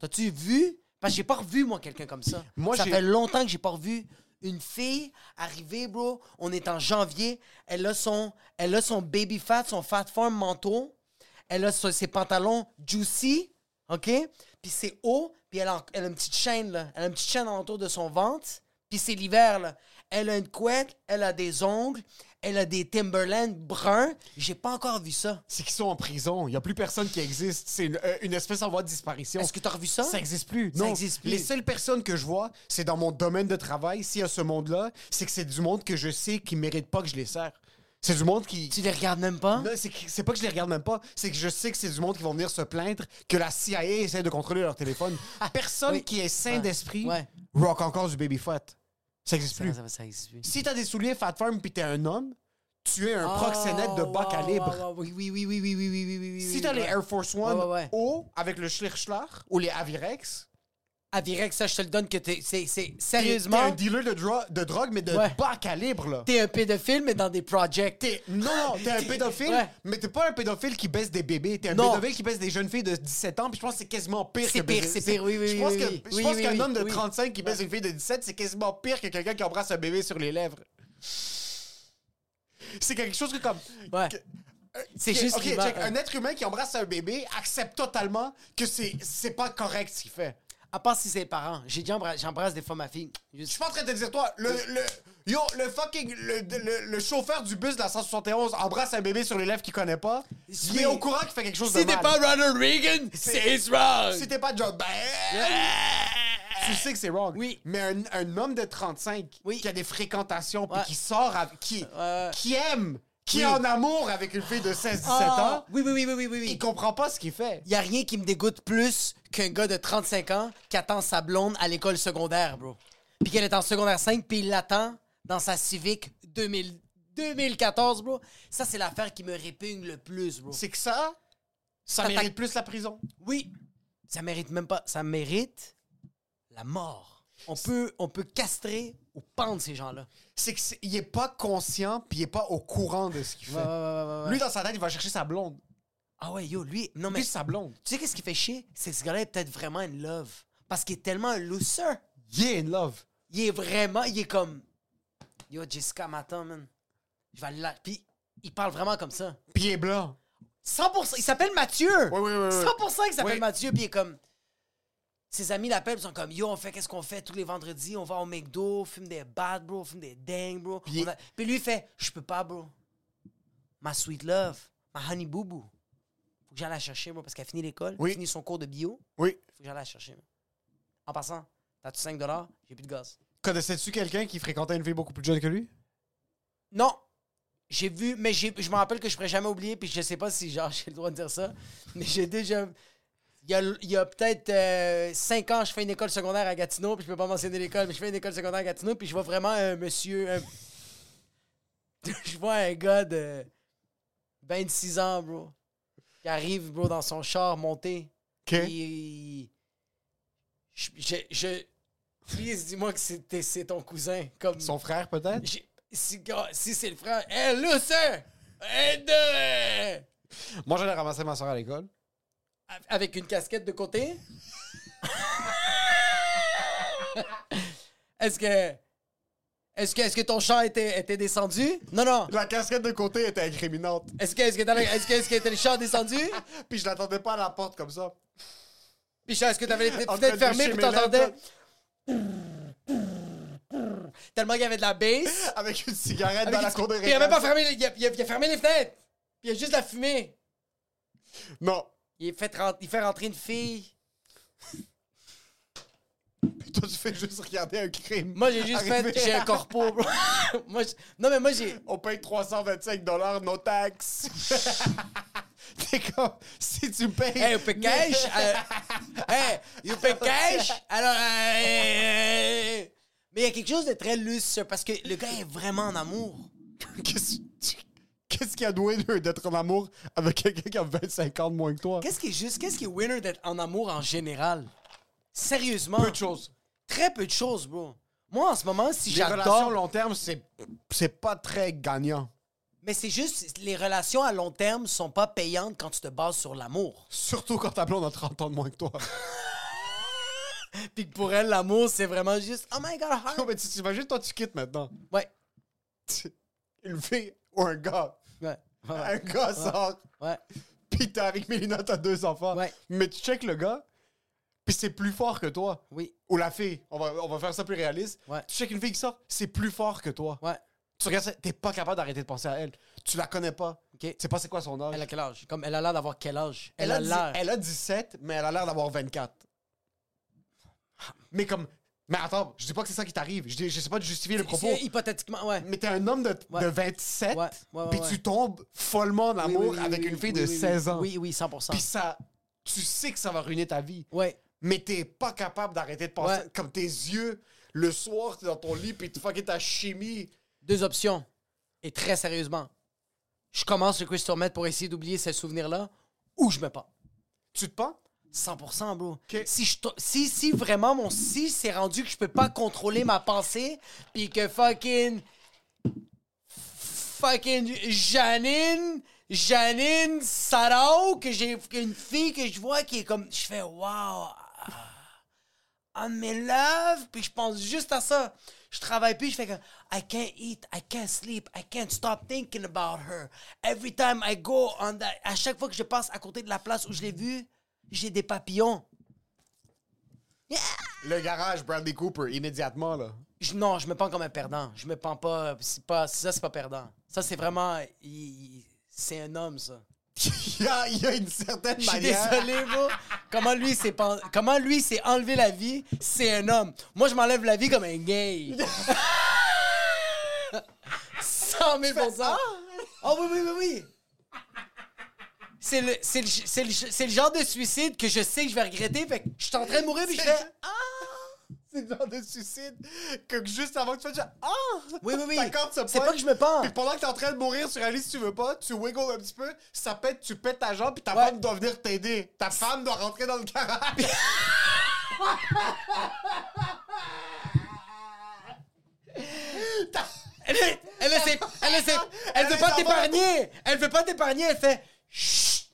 [SPEAKER 2] T'as-tu vu Parce que j'ai pas revu moi quelqu'un comme ça.
[SPEAKER 3] Moi,
[SPEAKER 2] ça
[SPEAKER 3] j'ai-
[SPEAKER 2] fait longtemps que j'ai pas revu une fille arriver, bro. On est en janvier. Elle a son, elle a son baby fat, son fat form manteau. Elle a son- ses pantalons juicy, OK? Puis c'est haut, puis elle a, elle a une petite chaîne, là. Elle a une petite chaîne autour de son ventre, puis c'est l'hiver, là. Elle a une couette, elle a des ongles, elle a des Timberland bruns. J'ai pas encore vu ça.
[SPEAKER 3] C'est qu'ils sont en prison. Il n'y a plus personne qui existe. C'est une, euh, une espèce en voie de disparition.
[SPEAKER 2] Est-ce que t'as revu ça?
[SPEAKER 3] Ça n'existe plus.
[SPEAKER 2] Ça
[SPEAKER 3] Non.
[SPEAKER 2] existe plus.
[SPEAKER 3] Les seules personnes que je vois, c'est dans mon domaine de travail, s'il y a ce monde-là, c'est que c'est du monde que je sais qui mérite pas que je les sers. C'est du monde qui.
[SPEAKER 2] Tu les regardes même pas?
[SPEAKER 3] Non, c'est que- c'est pas que je les regarde même pas, c'est que je sais que c'est du monde qui vont venir se plaindre que la CIA essaie de contrôler leur téléphone. Personne
[SPEAKER 2] Ah, oui.
[SPEAKER 3] qui est sain
[SPEAKER 2] Ouais.
[SPEAKER 3] d'esprit
[SPEAKER 2] Ouais.
[SPEAKER 3] rock encore du baby fat. Ça n'existe
[SPEAKER 2] Ça,
[SPEAKER 3] plus.
[SPEAKER 2] ça, ça existe plus.
[SPEAKER 3] Si t'as des souliers fat firm puis t'es un homme, tu es un proxénète de bas
[SPEAKER 2] Oh,
[SPEAKER 3] calibre.
[SPEAKER 2] wow, wow, Oui, oui, oui, oui, oui, oui, oui, oui, oui.
[SPEAKER 3] Si
[SPEAKER 2] oui,
[SPEAKER 3] t'as les
[SPEAKER 2] ouais.
[SPEAKER 3] Air Force One
[SPEAKER 2] Ouais, ouais, ouais.
[SPEAKER 3] hauts avec le Schlirschlar ou les Avirex,
[SPEAKER 2] Avirex, ça, je te le donne que t'es. c'est- c'est-
[SPEAKER 3] T'es- T'es un
[SPEAKER 2] Sérieusement,
[SPEAKER 3] dealer de, dro- de drogue, mais de
[SPEAKER 2] Ouais.
[SPEAKER 3] bas calibre, là.
[SPEAKER 2] t'es un pédophile, mais dans des projects.
[SPEAKER 3] T'es- Non, non, t'es un
[SPEAKER 2] Ah, T'es-
[SPEAKER 3] pédophile,
[SPEAKER 2] ouais.
[SPEAKER 3] mais t'es pas un pédophile qui baisse des bébés. T'es un
[SPEAKER 2] Non.
[SPEAKER 3] pédophile qui baisse des jeunes filles de 17 ans, puis je pense que c'est quasiment pire
[SPEAKER 2] C'est
[SPEAKER 3] que
[SPEAKER 2] pire,
[SPEAKER 3] baiser-
[SPEAKER 2] c'est pire, oui, oui,
[SPEAKER 3] Je
[SPEAKER 2] oui,
[SPEAKER 3] pense
[SPEAKER 2] oui,
[SPEAKER 3] que-
[SPEAKER 2] oui.
[SPEAKER 3] je
[SPEAKER 2] Oui,
[SPEAKER 3] pense
[SPEAKER 2] oui,
[SPEAKER 3] qu'un
[SPEAKER 2] oui,
[SPEAKER 3] homme de
[SPEAKER 2] oui.
[SPEAKER 3] 35 qui baisse une fille de 17, c'est quasiment pire que quelqu'un qui embrasse un bébé sur les lèvres. C'est quelque chose que comme...
[SPEAKER 2] Ouais.
[SPEAKER 3] que-
[SPEAKER 2] C'est
[SPEAKER 3] que-
[SPEAKER 2] juste
[SPEAKER 3] ok,
[SPEAKER 2] qu'il va-
[SPEAKER 3] check, un être humain qui embrasse un bébé accepte totalement que c'est c'est pas correct ce qu'il fait.
[SPEAKER 2] À part si c'est les parents. J'ai déjà embra- j'embrasse des fois ma fille.
[SPEAKER 3] Je
[SPEAKER 2] Juste-
[SPEAKER 3] suis pas en train de te dire, toi, le, le- yo, le fucking, le, le- le chauffeur du bus de la 171 embrasse un bébé sur les lèvres qu'il connaît pas. Il est au courant qu'il fait quelque chose de mal.
[SPEAKER 2] Ronald Reagan,
[SPEAKER 3] C'est-
[SPEAKER 2] wrong.
[SPEAKER 3] Si t'es pas John, ben... Tu sais que c'est wrong.
[SPEAKER 2] Oui.
[SPEAKER 3] Mais un, un homme de 35
[SPEAKER 2] Oui.
[SPEAKER 3] qui a des fréquentations, puis
[SPEAKER 2] Ouais.
[SPEAKER 3] qui sort, avec, qui,
[SPEAKER 2] ouais.
[SPEAKER 3] qui aime, qui
[SPEAKER 2] Oui.
[SPEAKER 3] est en amour avec une fille de 16-17 ans,
[SPEAKER 2] Ah, oui, oui, oui, oui, oui, oui.
[SPEAKER 3] il comprend pas ce qu'il fait.
[SPEAKER 2] Il y a rien qui me dégoûte plus qu'un gars de 35 ans qui attend sa blonde à l'école secondaire, bro. Puis qu'elle est en secondaire 5, puis il l'attend dans sa Civic 2000 2014, bro. Ça, c'est l'affaire qui me répugne le plus, bro.
[SPEAKER 3] C'est que ça, ça
[SPEAKER 2] T'attaques-
[SPEAKER 3] mérite plus la prison.
[SPEAKER 2] Oui, ça mérite même pas. Ça mérite la mort. On peut, on peut castrer ou pendre ces gens-là.
[SPEAKER 3] C'est qu'il est pas conscient, puis il est pas au courant de ce qu'il fait. Lui, dans sa tête, il va chercher sa blonde.
[SPEAKER 2] Ah ouais, yo, lui. Non, mais.
[SPEAKER 3] Lui, c'est sa blonde.
[SPEAKER 2] Tu sais qu'est-ce qui fait chier? C'est que ce gars-là est peut-être vraiment in love. Parce qu'il est tellement un loser.
[SPEAKER 3] Yeah, in love.
[SPEAKER 2] Il est vraiment... Il est comme... Yo, Jessica m'attend, man. Je vais aller là. Puis, il parle vraiment comme ça.
[SPEAKER 3] Puis il est blanc.
[SPEAKER 2] 100%... Il s'appelle Mathieu!
[SPEAKER 3] Oui, oui, oui, oui.
[SPEAKER 2] 100% il s'appelle
[SPEAKER 3] Oui.
[SPEAKER 2] Mathieu, puis il est comme... Ses amis l'appellent, ils sont comme, yo, on fait qu'est-ce qu'on fait tous les vendredis? On va au McDo, on fume des bad, bro, on fume des dingues, bro.
[SPEAKER 3] Puis il-
[SPEAKER 2] On a- Puis lui, il fait, je peux pas, bro. Ma sweet love, ma honey boo boo. Faut que j'aille la chercher, bro, parce qu'elle finit l'école,
[SPEAKER 3] Oui.
[SPEAKER 2] elle finit son cours de bio.
[SPEAKER 3] Oui.
[SPEAKER 2] Faut que j'aille la chercher. moi. En passant, t'as-tu 5 dollars? J'ai plus de gaz.
[SPEAKER 3] Connaissais-tu quelqu'un qui fréquentait une fille beaucoup plus jeune que lui?
[SPEAKER 2] Non! J'ai vu, mais j'ai- je me rappelle que je pourrais jamais oublier, puis je sais pas si genre j'ai le droit de dire ça, mais j'ai déjà. Il y a, il y a peut-être 5 ans, je fais une école secondaire à Gatineau, puis je peux pas mentionner l'école, mais je fais une école secondaire à Gatineau, puis je vois vraiment un monsieur. un- je vois un gars de 26 ans, bro, qui arrive, bro, dans son char monté.
[SPEAKER 3] Hein?
[SPEAKER 2] Puis, je, je, je- please, dis-moi que c'était- c'est ton cousin. Comme,
[SPEAKER 3] Son frère, peut-être?
[SPEAKER 2] J'ai- si gars, si c'est le frère, hé, Lucien! Aide!
[SPEAKER 3] Moi, j'allais ramasser ma soeur à l'école.
[SPEAKER 2] Avec une casquette de côté? Est-ce que. Est-ce que, est-ce que ton chat était, était descendu? Non, non.
[SPEAKER 3] La casquette de côté était incriminante.
[SPEAKER 2] Est-ce que, est-ce que, t'as le- est-ce que, est-ce que t'as le chat descendu?
[SPEAKER 3] Puis je l'attendais pas à la porte comme ça.
[SPEAKER 2] Puis chat, est-ce que t'avais les
[SPEAKER 3] En train
[SPEAKER 2] fenêtres
[SPEAKER 3] de
[SPEAKER 2] fermées
[SPEAKER 3] lécher
[SPEAKER 2] puis
[SPEAKER 3] mes lèvres,
[SPEAKER 2] t'entendais? Tellement qu'il y avait de la baisse.
[SPEAKER 3] Avec une cigarette dans la cour de
[SPEAKER 2] Puis il a même pas
[SPEAKER 3] récréation.
[SPEAKER 2] fermé, les- il a, il a- il a fermé les fenêtres. Puis il a juste la fumée.
[SPEAKER 3] Non.
[SPEAKER 2] Il fait, rent- il fait rentrer une fille.
[SPEAKER 3] Puis toi, tu fais juste regarder un crime.
[SPEAKER 2] Moi, j'ai juste
[SPEAKER 3] Arrivé-
[SPEAKER 2] fait. J'ai un corpo, bro. moi, je- non, mais moi, j'ai.
[SPEAKER 3] On paye 325 nos taxes. T'es comme, si tu payes...
[SPEAKER 2] Hey, you pay cash? euh, hey, you pay cash? Alors, euh, euh, mais il y a quelque chose de très lustre parce que le gars est vraiment en amour.
[SPEAKER 3] Qu'est-ce tu- qu'est-ce qu'il y a de winner d'être en amour avec quelqu'un qui a 25 ans de moins que toi?
[SPEAKER 2] Qu'est-ce qui est juste, qu'est-ce qui est winner d'être en amour en général? Sérieusement. Peu de choses. Très peu de choses, bro. Moi, en ce moment, si
[SPEAKER 3] Les relations
[SPEAKER 2] j'adore.
[SPEAKER 3] long terme, c'est c'est pas très gagnant.
[SPEAKER 2] Mais c'est juste, les relations à long terme sont pas payantes quand tu te bases sur l'amour.
[SPEAKER 3] Surtout quand ta blonde a 30 ans de moins que toi.
[SPEAKER 2] Puis que pour elle, l'amour, c'est vraiment juste, oh my god, heart.
[SPEAKER 3] non, mais tu t'imagines, toi, tu quittes maintenant.
[SPEAKER 2] Ouais.
[SPEAKER 3] Tu- Une fille ou un gars.
[SPEAKER 2] Ouais.
[SPEAKER 3] Un gars sort,
[SPEAKER 2] Ouais.
[SPEAKER 3] pis t'es avec Mélina, t'as deux enfants.
[SPEAKER 2] Ouais.
[SPEAKER 3] Mais tu check le gars, pis c'est plus fort que toi.
[SPEAKER 2] Oui.
[SPEAKER 3] Ou la fille, on va, on va faire ça plus réaliste.
[SPEAKER 2] Ouais.
[SPEAKER 3] Tu check une fille qui sort, c'est plus fort que toi.
[SPEAKER 2] Ouais.
[SPEAKER 3] Tu regardes ça, t'es pas capable d'arrêter de penser à elle. Tu la connais pas.
[SPEAKER 2] Ok.
[SPEAKER 3] Tu sais pas c'est quoi son âge.
[SPEAKER 2] Elle a quel âge? Comme elle a l'air d'avoir quel âge?
[SPEAKER 3] Elle
[SPEAKER 2] Elle,
[SPEAKER 3] a, dix-
[SPEAKER 2] a l'air.
[SPEAKER 3] elle a 17, mais elle a l'air d'avoir 24. Mais comme. Mais attends, je dis pas que c'est ça qui t'arrive. Je, dis- je sais pas de justifier le propos.
[SPEAKER 2] C'est Hypothétiquement, ouais.
[SPEAKER 3] Mais t'es un homme de,
[SPEAKER 2] Ouais.
[SPEAKER 3] de 27,
[SPEAKER 2] Ouais, ouais, ouais,
[SPEAKER 3] puis
[SPEAKER 2] ouais.
[SPEAKER 3] tu tombes follement en
[SPEAKER 2] Oui,
[SPEAKER 3] amour
[SPEAKER 2] oui, oui,
[SPEAKER 3] avec
[SPEAKER 2] oui,
[SPEAKER 3] une fille
[SPEAKER 2] oui,
[SPEAKER 3] de
[SPEAKER 2] oui, oui.
[SPEAKER 3] 16 ans.
[SPEAKER 2] Oui, oui, 100%.
[SPEAKER 3] Puis ça. Tu sais que ça va ruiner ta vie.
[SPEAKER 2] Ouais.
[SPEAKER 3] Mais t'es pas capable d'arrêter de penser.
[SPEAKER 2] Ouais.
[SPEAKER 3] Comme tes yeux, le soir, t'es dans ton lit, puis tu fucking ta chimie.
[SPEAKER 2] Deux options. Et très sérieusement. Je commence le Crystal Met pour essayer d'oublier ce souvenir-là ou je me pars.
[SPEAKER 3] Tu te pends?
[SPEAKER 2] 100%, bro.
[SPEAKER 3] Ok.
[SPEAKER 2] Si, je to- si, si vraiment mon si c'est rendu que je peux pas contrôler ma pensée, puis que fucking. Fucking Janine. Janine Sarao, que j'ai une fille que je vois qui est comme. Je fais waouh. I'm in love, puis je pense juste à ça. Je travaille plus, je fais comme I can't eat, I can't sleep, I can't stop thinking about her. Every time I go on that, à chaque fois que je passe à côté de la place où je l'ai vue, j'ai des papillons.
[SPEAKER 3] Le garage, Bradley Cooper, immédiatement, là.
[SPEAKER 2] Je- non, je me pends comme un perdant. Je me pends pas, c'est pas ça, c'est pas perdant. Ça, c'est vraiment, il- il- c'est un homme ça.
[SPEAKER 3] il, y a, il y a une certaine
[SPEAKER 2] Je suis
[SPEAKER 3] manière.
[SPEAKER 2] désolé, bro. Comment lui s'est pen- comment lui s'est enlevé la vie, c'est un homme. Moi, je m'enlève la vie comme un gay. 100 000 Oh oui, oui, oui, oui. C'est le, c'est le, c'est le- c'est le genre de suicide que je sais que je vais regretter. Fait que je suis en train de mourir, puis je fais...
[SPEAKER 3] ah! C'est le genre de suicide que juste avant que tu fasses genre, Ah!
[SPEAKER 2] Oui, oui, oui.
[SPEAKER 3] Ta corde se
[SPEAKER 2] C'est
[SPEAKER 3] pogne.
[SPEAKER 2] pas que je me pends.
[SPEAKER 3] Puis pendant que t'es en train de mourir, tu réalises que tu veux pas, tu wiggles un petit peu, ça pète, tu pètes ta jambe, puis ta
[SPEAKER 2] Ouais.
[SPEAKER 3] femme doit venir t'aider. Ta femme doit rentrer dans le garage.
[SPEAKER 2] Elle, elle, elle, elle, elle, elle, elle
[SPEAKER 3] Elle
[SPEAKER 2] veut
[SPEAKER 3] est
[SPEAKER 2] pas
[SPEAKER 3] en
[SPEAKER 2] t'épargner. Elle veut pas t'épargner. Elle fait Chut.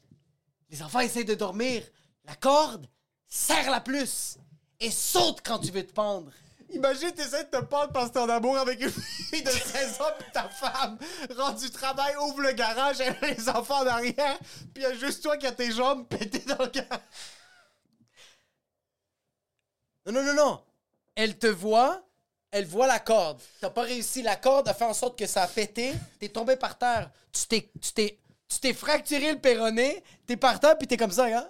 [SPEAKER 2] Les enfants essayent de dormir. La corde, serre-la plus et saute quand tu veux te pendre.
[SPEAKER 3] Imagine, t'essaies de te pendre parce que t'es en amour avec une fille de 16 ans, puis ta femme rentre du travail, ouvre le garage, elle a les enfants en arrière, puis il y a juste toi qui as tes jambes pétées dans le garage.
[SPEAKER 2] Non, non, non, non. Elle te voit. Elle voit la corde. T'as pas réussi. La corde a fait en sorte que ça a pété. T'es tombé par terre. Tu t'es, tu t'es, tu t'es fracturé le péroné. T'es par terre puis t'es comme ça, hein?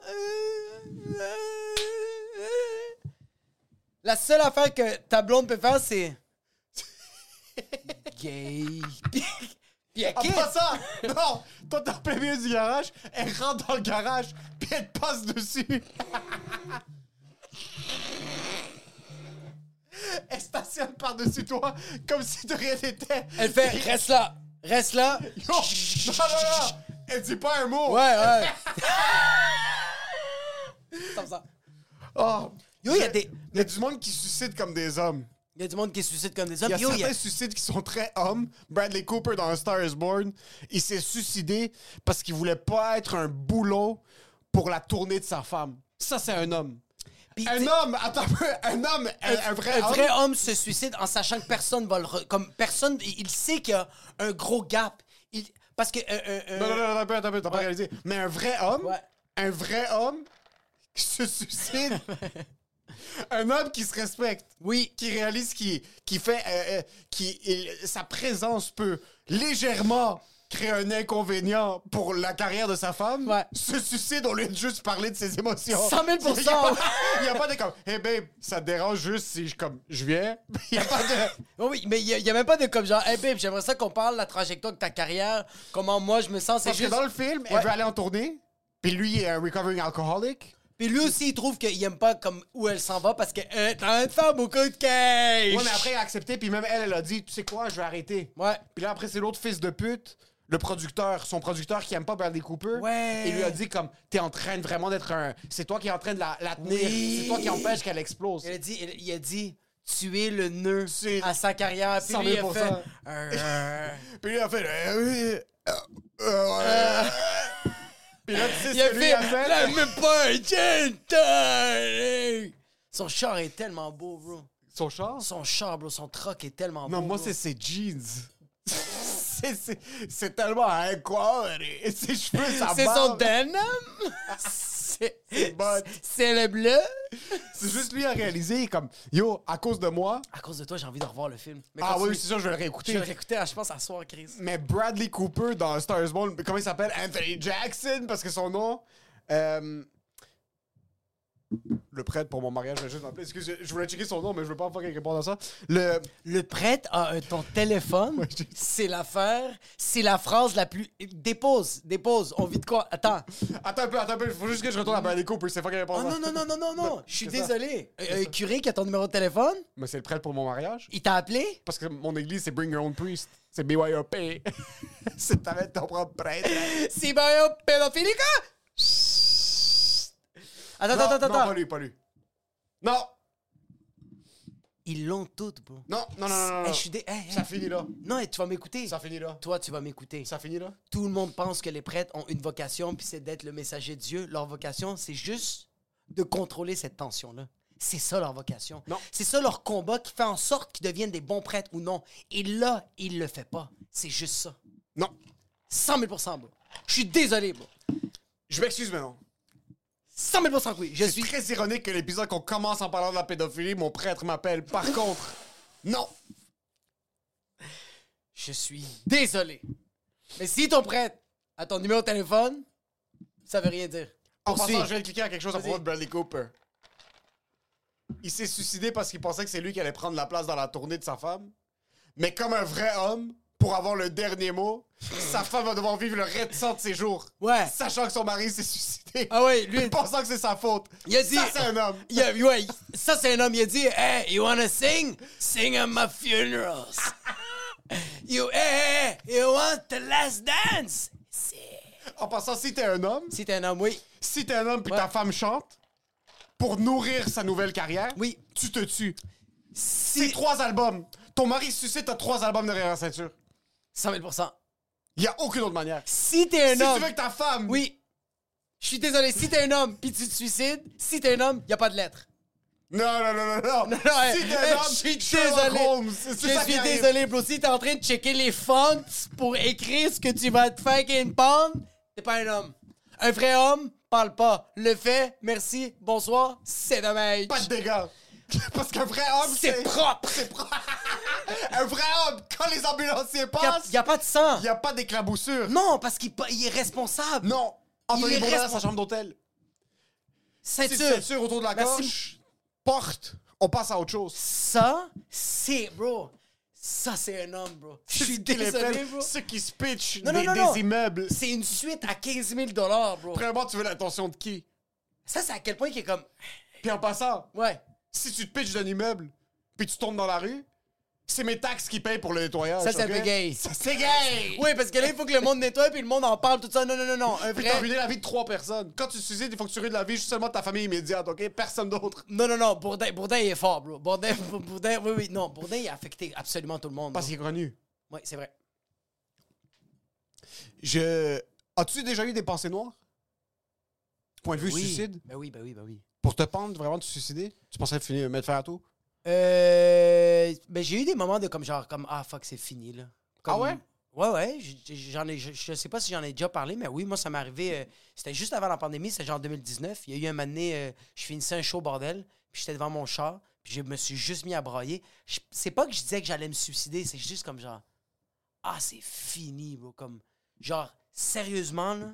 [SPEAKER 2] La seule affaire que ta blonde peut faire, c'est gay. Puis puis elle
[SPEAKER 3] En
[SPEAKER 2] quitte.
[SPEAKER 3] passant, non, toi t'es en plein milieu du garage, elle rentre dans le garage, puis elle te passe dessus. Elle stationne par-dessus toi, comme si de rien n'était.
[SPEAKER 2] Elle fait reste là, Reste là.
[SPEAKER 3] Non, non, non, non. Elle dit pas un mot.
[SPEAKER 2] Ouais, ouais. Comme ça.
[SPEAKER 3] Oh.
[SPEAKER 2] Yo, il y a des-
[SPEAKER 3] Il y a du monde qui se suicide comme des hommes.
[SPEAKER 2] Il y a du monde qui se suicide comme des
[SPEAKER 3] Il y
[SPEAKER 2] hommes.
[SPEAKER 3] a
[SPEAKER 2] Yo, il y a-
[SPEAKER 3] certains suicides qui sont très hommes. Bradley Cooper dans A Star is Born, il s'est suicidé parce qu'il voulait pas être un boulot pour la tournée de sa femme. Ça, c'est un homme.
[SPEAKER 2] Puis,
[SPEAKER 3] Un
[SPEAKER 2] t'sais,
[SPEAKER 3] homme, attends un peu, un homme, un, un vrai
[SPEAKER 2] un
[SPEAKER 3] homme.
[SPEAKER 2] vrai homme se suicide en sachant que personne va le. re- Comme personne. Il il sait qu'il y a un gros gap. Il... Parce que. euh, euh, euh,
[SPEAKER 3] Non, non, non, attends un peu, attends un peu, t'as pas
[SPEAKER 2] Ouais.
[SPEAKER 3] réalisé. Mais un vrai homme,
[SPEAKER 2] Ouais.
[SPEAKER 3] un vrai homme qui se suicide. un homme qui se respecte.
[SPEAKER 2] Oui.
[SPEAKER 3] qui réalise qui qui fait euh, euh, qui il- sa présence peut légèrement créer un inconvénient pour la carrière de sa femme
[SPEAKER 2] Ouais.
[SPEAKER 3] se suicide au lieu de juste parler de ses émotions
[SPEAKER 2] 100 000
[SPEAKER 3] il y a pas, il y a pas de comme hey babe ça te dérange juste si je comme je viens il y a pas de
[SPEAKER 2] Oh Oui, mais il n'y a, même pas de comme genre, hey babe, j'aimerais ça qu'on parle de la trajectoire de ta carrière, comment moi je me sens. C'est
[SPEAKER 3] parce que
[SPEAKER 2] juste.
[SPEAKER 3] dans le film elle
[SPEAKER 2] Ouais.
[SPEAKER 3] veut aller en tournée puis lui il est un recovering alcoholic
[SPEAKER 2] Puis lui aussi, il trouve qu'il aime pas comme où elle s'en va parce que euh, t'es en train de faire beaucoup de cash.
[SPEAKER 3] Ouais, mais après, elle a accepté, puis même elle, elle a dit, tu sais quoi, je vais arrêter.
[SPEAKER 2] Ouais.
[SPEAKER 3] Puis là, après, c'est l'autre fils de pute, le producteur, son producteur qui aime pas Bradley Cooper.
[SPEAKER 2] Ouais.
[SPEAKER 3] Et lui a dit, comme, t'es en train de vraiment d'être un. C'est toi qui est en train de la, la tenir.
[SPEAKER 2] Oui.
[SPEAKER 3] C'est toi qui empêche qu'elle explose.
[SPEAKER 2] Elle a dit, il, il a dit, tuer le nœud
[SPEAKER 3] C'est-
[SPEAKER 2] à sa carrière. Puis
[SPEAKER 3] 100
[SPEAKER 2] lui, il
[SPEAKER 3] 000
[SPEAKER 2] a fait. Euh,
[SPEAKER 3] Puis lui a fait. euh, oui, euh, euh, euh. Puis là, tu sais
[SPEAKER 2] il a
[SPEAKER 3] ce que lui a
[SPEAKER 2] fait,
[SPEAKER 3] fait?
[SPEAKER 2] là, même pas un gin tonic. Son char est tellement beau, bro.
[SPEAKER 3] Son char?
[SPEAKER 2] Son char, bro, son truck est tellement beau.
[SPEAKER 3] Non, moi,
[SPEAKER 2] bro.
[SPEAKER 3] c'est ses jeans. C'est- c'est- C'est tellement incroyable. Et ses cheveux, sa
[SPEAKER 2] C'est son
[SPEAKER 3] barbe.
[SPEAKER 2] denim. C'est
[SPEAKER 3] bon.
[SPEAKER 2] c'est le bleu.
[SPEAKER 3] C'est juste lui à réaliser, comme, yo, à cause de moi,
[SPEAKER 2] À cause de toi, j'ai envie de revoir le film. Mais
[SPEAKER 3] Ah
[SPEAKER 2] continue.
[SPEAKER 3] oui, c'est sûr, je vais le
[SPEAKER 2] Je
[SPEAKER 3] réécouter.
[SPEAKER 2] vais l'écouter, je pense, à soir, Chris.
[SPEAKER 3] Mais Bradley Cooper dans A Star is Born, comment il s'appelle Anthony Jackson, parce que son nom. euh, le prêtre pour mon mariage, je vais juste m'appeler. Excusez, je voulais checker son nom, mais je veux pas faire répondre à ça. Le.
[SPEAKER 2] Le prêtre a un- ton téléphone. c'est l'affaire. C'est la phrase la plus. Dépose, dépose. On vit de quoi Attends.
[SPEAKER 3] Attends un peu, attends un peu, il faut juste que je retourne à Bradley Cooper, c'est pas qu'il
[SPEAKER 2] Oh
[SPEAKER 3] répond à
[SPEAKER 2] non,
[SPEAKER 3] ça.
[SPEAKER 2] non, non, non, non, non. Je suis
[SPEAKER 3] c'est ça.
[SPEAKER 2] désolé. Euh, euh, curé qui a ton numéro de téléphone,
[SPEAKER 3] Mais c'est le prêtre pour mon mariage.
[SPEAKER 2] il t'a appelé.
[SPEAKER 3] Parce que mon église, c'est Bring Your Own Priest. C'est BYOP. c'est ta ton propre prêtre.
[SPEAKER 2] C'est bien pédophilica. Attends,
[SPEAKER 3] Non,
[SPEAKER 2] attends, attends,
[SPEAKER 3] non,
[SPEAKER 2] attends.
[SPEAKER 3] pas lui, pas lui. Non,
[SPEAKER 2] Ils l'ont toutes, bro.
[SPEAKER 3] non, non, non, non. non,
[SPEAKER 2] Hey,
[SPEAKER 3] non.
[SPEAKER 2] Eh, je suis dé- hey, hey.
[SPEAKER 3] Ça finit là.
[SPEAKER 2] Non, hey, tu vas m'écouter.
[SPEAKER 3] Ça finit là.
[SPEAKER 2] Toi, tu vas m'écouter.
[SPEAKER 3] Ça finit là.
[SPEAKER 2] tout le monde pense que les prêtres ont une vocation, puis c'est d'être le messager de Dieu. Leur vocation, c'est juste de contrôler cette tension-là. C'est ça leur vocation.
[SPEAKER 3] Non.
[SPEAKER 2] C'est ça leur combat qui fait en sorte qu'ils deviennent des bons prêtres ou non. Et là, il le fait pas. C'est juste ça.
[SPEAKER 3] Non.
[SPEAKER 2] 100 000 bro. Je suis désolé, bro.
[SPEAKER 3] Je m'excuse maintenant.
[SPEAKER 2] 100 000 que oui. Je
[SPEAKER 3] C'est
[SPEAKER 2] suis.
[SPEAKER 3] très ironique que l'épisode qu'on commence en parlant de la pédophilie, mon prêtre m'appelle. Par contre, non.
[SPEAKER 2] Je suis désolé. Mais si ton prêtre a ton numéro de téléphone, ça veut rien dire.
[SPEAKER 3] En
[SPEAKER 2] Poursuis.
[SPEAKER 3] passant, je viens de cliquer à quelque chose à
[SPEAKER 2] Vas-y.
[SPEAKER 3] propos de Bradley Cooper. Il s'est suicidé parce qu'il pensait que c'est lui qui allait prendre la place dans la tournée de sa femme. Mais comme un vrai homme, pour avoir le dernier mot, sa femme va devoir vivre le restant de ses jours.
[SPEAKER 2] Ouais.
[SPEAKER 3] Sachant que son mari s'est suicidé.
[SPEAKER 2] Ah ouais, lui-
[SPEAKER 3] Pensant que c'est sa faute.
[SPEAKER 2] Il a dit.
[SPEAKER 3] Ça, c'est un homme.
[SPEAKER 2] Il a- ouais, ça, c'est un homme. Il a dit Hey, you wanna sing? Sing at my funerals. you, hey, hey, you want the last dance? Si.
[SPEAKER 3] En passant, si t'es un homme,
[SPEAKER 2] Si t'es un homme, oui.
[SPEAKER 3] si t'es un homme puis ta
[SPEAKER 2] Ouais.
[SPEAKER 3] femme chante, pour nourrir sa nouvelle carrière,
[SPEAKER 2] Oui.
[SPEAKER 3] tu te tues. C'est
[SPEAKER 2] Si.
[SPEAKER 3] trois albums. Ton mari se suicide, t'as trois albums derrière la ceinture.
[SPEAKER 2] 100 000
[SPEAKER 3] Il a aucune autre manière.
[SPEAKER 2] Si t'es un
[SPEAKER 3] si
[SPEAKER 2] homme.
[SPEAKER 3] tu veux que ta femme.
[SPEAKER 2] Oui. Je suis désolé. Si t'es un homme puis tu te suicides, si t'es un homme, y a pas de lettre.
[SPEAKER 3] Non, non, non, non, non.
[SPEAKER 2] Non,
[SPEAKER 3] si
[SPEAKER 2] hey,
[SPEAKER 3] t'es un
[SPEAKER 2] hey,
[SPEAKER 3] homme,
[SPEAKER 2] je suis
[SPEAKER 3] Sherlock
[SPEAKER 2] désolé.
[SPEAKER 3] Holmes, c'est
[SPEAKER 2] je
[SPEAKER 3] ça qui
[SPEAKER 2] suis
[SPEAKER 3] arrive.
[SPEAKER 2] désolé, bro. Si t'es en train de checker les fonts pour écrire ce que tu vas te faire une pomme, t'es pas un homme. Un vrai homme parle pas. Le fait, merci, bonsoir, c'est dommage.
[SPEAKER 3] Pas de dégâts. Parce qu'un vrai homme,
[SPEAKER 2] C'est propre.
[SPEAKER 3] C'est propre. un vrai homme, quand les ambulanciers
[SPEAKER 2] Y a,
[SPEAKER 3] passent,
[SPEAKER 2] y a pas de sang.
[SPEAKER 3] il n'y a pas d'éclaboussure.
[SPEAKER 2] Non, parce qu'il pa- il est responsable.
[SPEAKER 3] Non.
[SPEAKER 2] Il
[SPEAKER 3] Anthony
[SPEAKER 2] est
[SPEAKER 3] Bourdain dans
[SPEAKER 2] responsable.
[SPEAKER 3] sa chambre d'hôtel.
[SPEAKER 2] Ceinture.
[SPEAKER 3] Petite ceinture autour de la
[SPEAKER 2] Merci.
[SPEAKER 3] gorge. Porte. On passe à autre chose.
[SPEAKER 2] Ça, c'est, bro. Ça, c'est un homme, bro. Je suis désolé, bro.
[SPEAKER 3] Ceux qui se pitchent
[SPEAKER 2] Non,
[SPEAKER 3] des,
[SPEAKER 2] non, non,
[SPEAKER 3] des
[SPEAKER 2] non.
[SPEAKER 3] immeubles.
[SPEAKER 2] C'est une suite à 15 000 bro.
[SPEAKER 3] Vraiment, tu veux l'attention de qui?
[SPEAKER 2] Ça, c'est à quel point qu'il est comme.
[SPEAKER 3] Puis en passant,
[SPEAKER 2] Ouais.
[SPEAKER 3] si tu te pitches d'un immeuble, puis tu tombes dans la rue, C'est mes taxes qui payent pour le nettoyage.
[SPEAKER 2] Ça, c'est un
[SPEAKER 3] ok?
[SPEAKER 2] peu gay.
[SPEAKER 3] Ça, c'est gay!
[SPEAKER 2] Oui, parce que là, il faut que le monde nettoie puis le monde en parle, tout ça. Non, non, non, non. Un
[SPEAKER 3] Puis t'as ruiné
[SPEAKER 2] vrai.
[SPEAKER 3] la vie de trois personnes. Quand tu te suicides, il faut que tu ruines la vie juste seulement de ta famille immédiate, OK? Personne d'autre.
[SPEAKER 2] Non, non, non. Bourdin, Bourdin, il est fort, bro. Bourdin, Bourdin, oui, oui. Non, Bourdin, il a affecté absolument tout le monde.
[SPEAKER 3] Parce
[SPEAKER 2] bro.
[SPEAKER 3] qu'il est connu.
[SPEAKER 2] Oui, c'est vrai.
[SPEAKER 3] Je... As-tu déjà eu des pensées noires? Du point de vue
[SPEAKER 2] oui.
[SPEAKER 3] suicide?
[SPEAKER 2] Ben oui, ben oui, ben oui.
[SPEAKER 3] Pour te pendre, vraiment te suicider? Tu pensais finir, mettre fin à tout?
[SPEAKER 2] Euh, ben, j'ai eu des moments de comme genre, comme, ah, fuck, c'est fini, là. Comme-
[SPEAKER 3] Ah ouais?
[SPEAKER 2] Ouais, ouais. j- j- J'en ai, je, je sais pas si j'en ai déjà parlé, mais oui, moi, ça m'est arrivé. euh, c'était juste avant la pandémie, c'était genre en 2019. Il y a eu un moment donné, euh, je finissais un show bordel, puis j'étais devant mon char, puis je me suis juste mis à brailler. Je- C'est pas que je disais que j'allais me suicider, c'est juste comme genre, ah, c'est fini, bro. Comme, genre, sérieusement, là,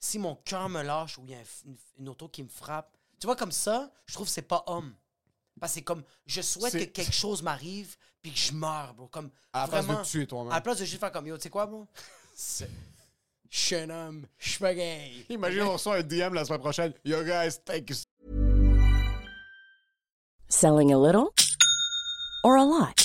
[SPEAKER 2] si mon cœur me lâche ou il y a un f- une, une auto qui me frappe, tu vois, comme ça, je trouve que c'est pas homme. Parce que c'est comme, je souhaite que
[SPEAKER 3] C'est-
[SPEAKER 2] quelque chose m'arrive, puis que je meurs, bro. Comme,
[SPEAKER 3] À la place de
[SPEAKER 2] vraiment.
[SPEAKER 3] te tuer toi-même.
[SPEAKER 2] À la place de juste faire comme yo, tu sais quoi, bro? C'est- Je suis un homme, je suis pas gay.
[SPEAKER 3] Imagine, on reçoit un DM la semaine prochaine. Yo, guys, thank you
[SPEAKER 4] Selling a little or a lot?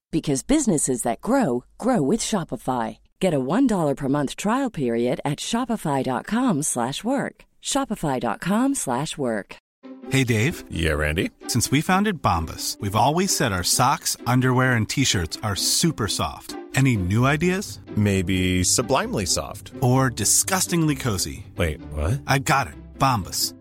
[SPEAKER 4] because businesses that grow grow with Shopify. Get a $1 per month trial period at shopify.com/work. slash work. shopify.com/work. slash work.
[SPEAKER 5] Hey, Dave.
[SPEAKER 6] Yeah, Randy.
[SPEAKER 5] Since we founded Bombus, we've always said our socks, underwear, and t shirts are super soft. Any new ideas?
[SPEAKER 6] Maybe sublimely soft.
[SPEAKER 5] Or disgustingly cozy?
[SPEAKER 6] Wait, what?
[SPEAKER 5] I got it. Bombus.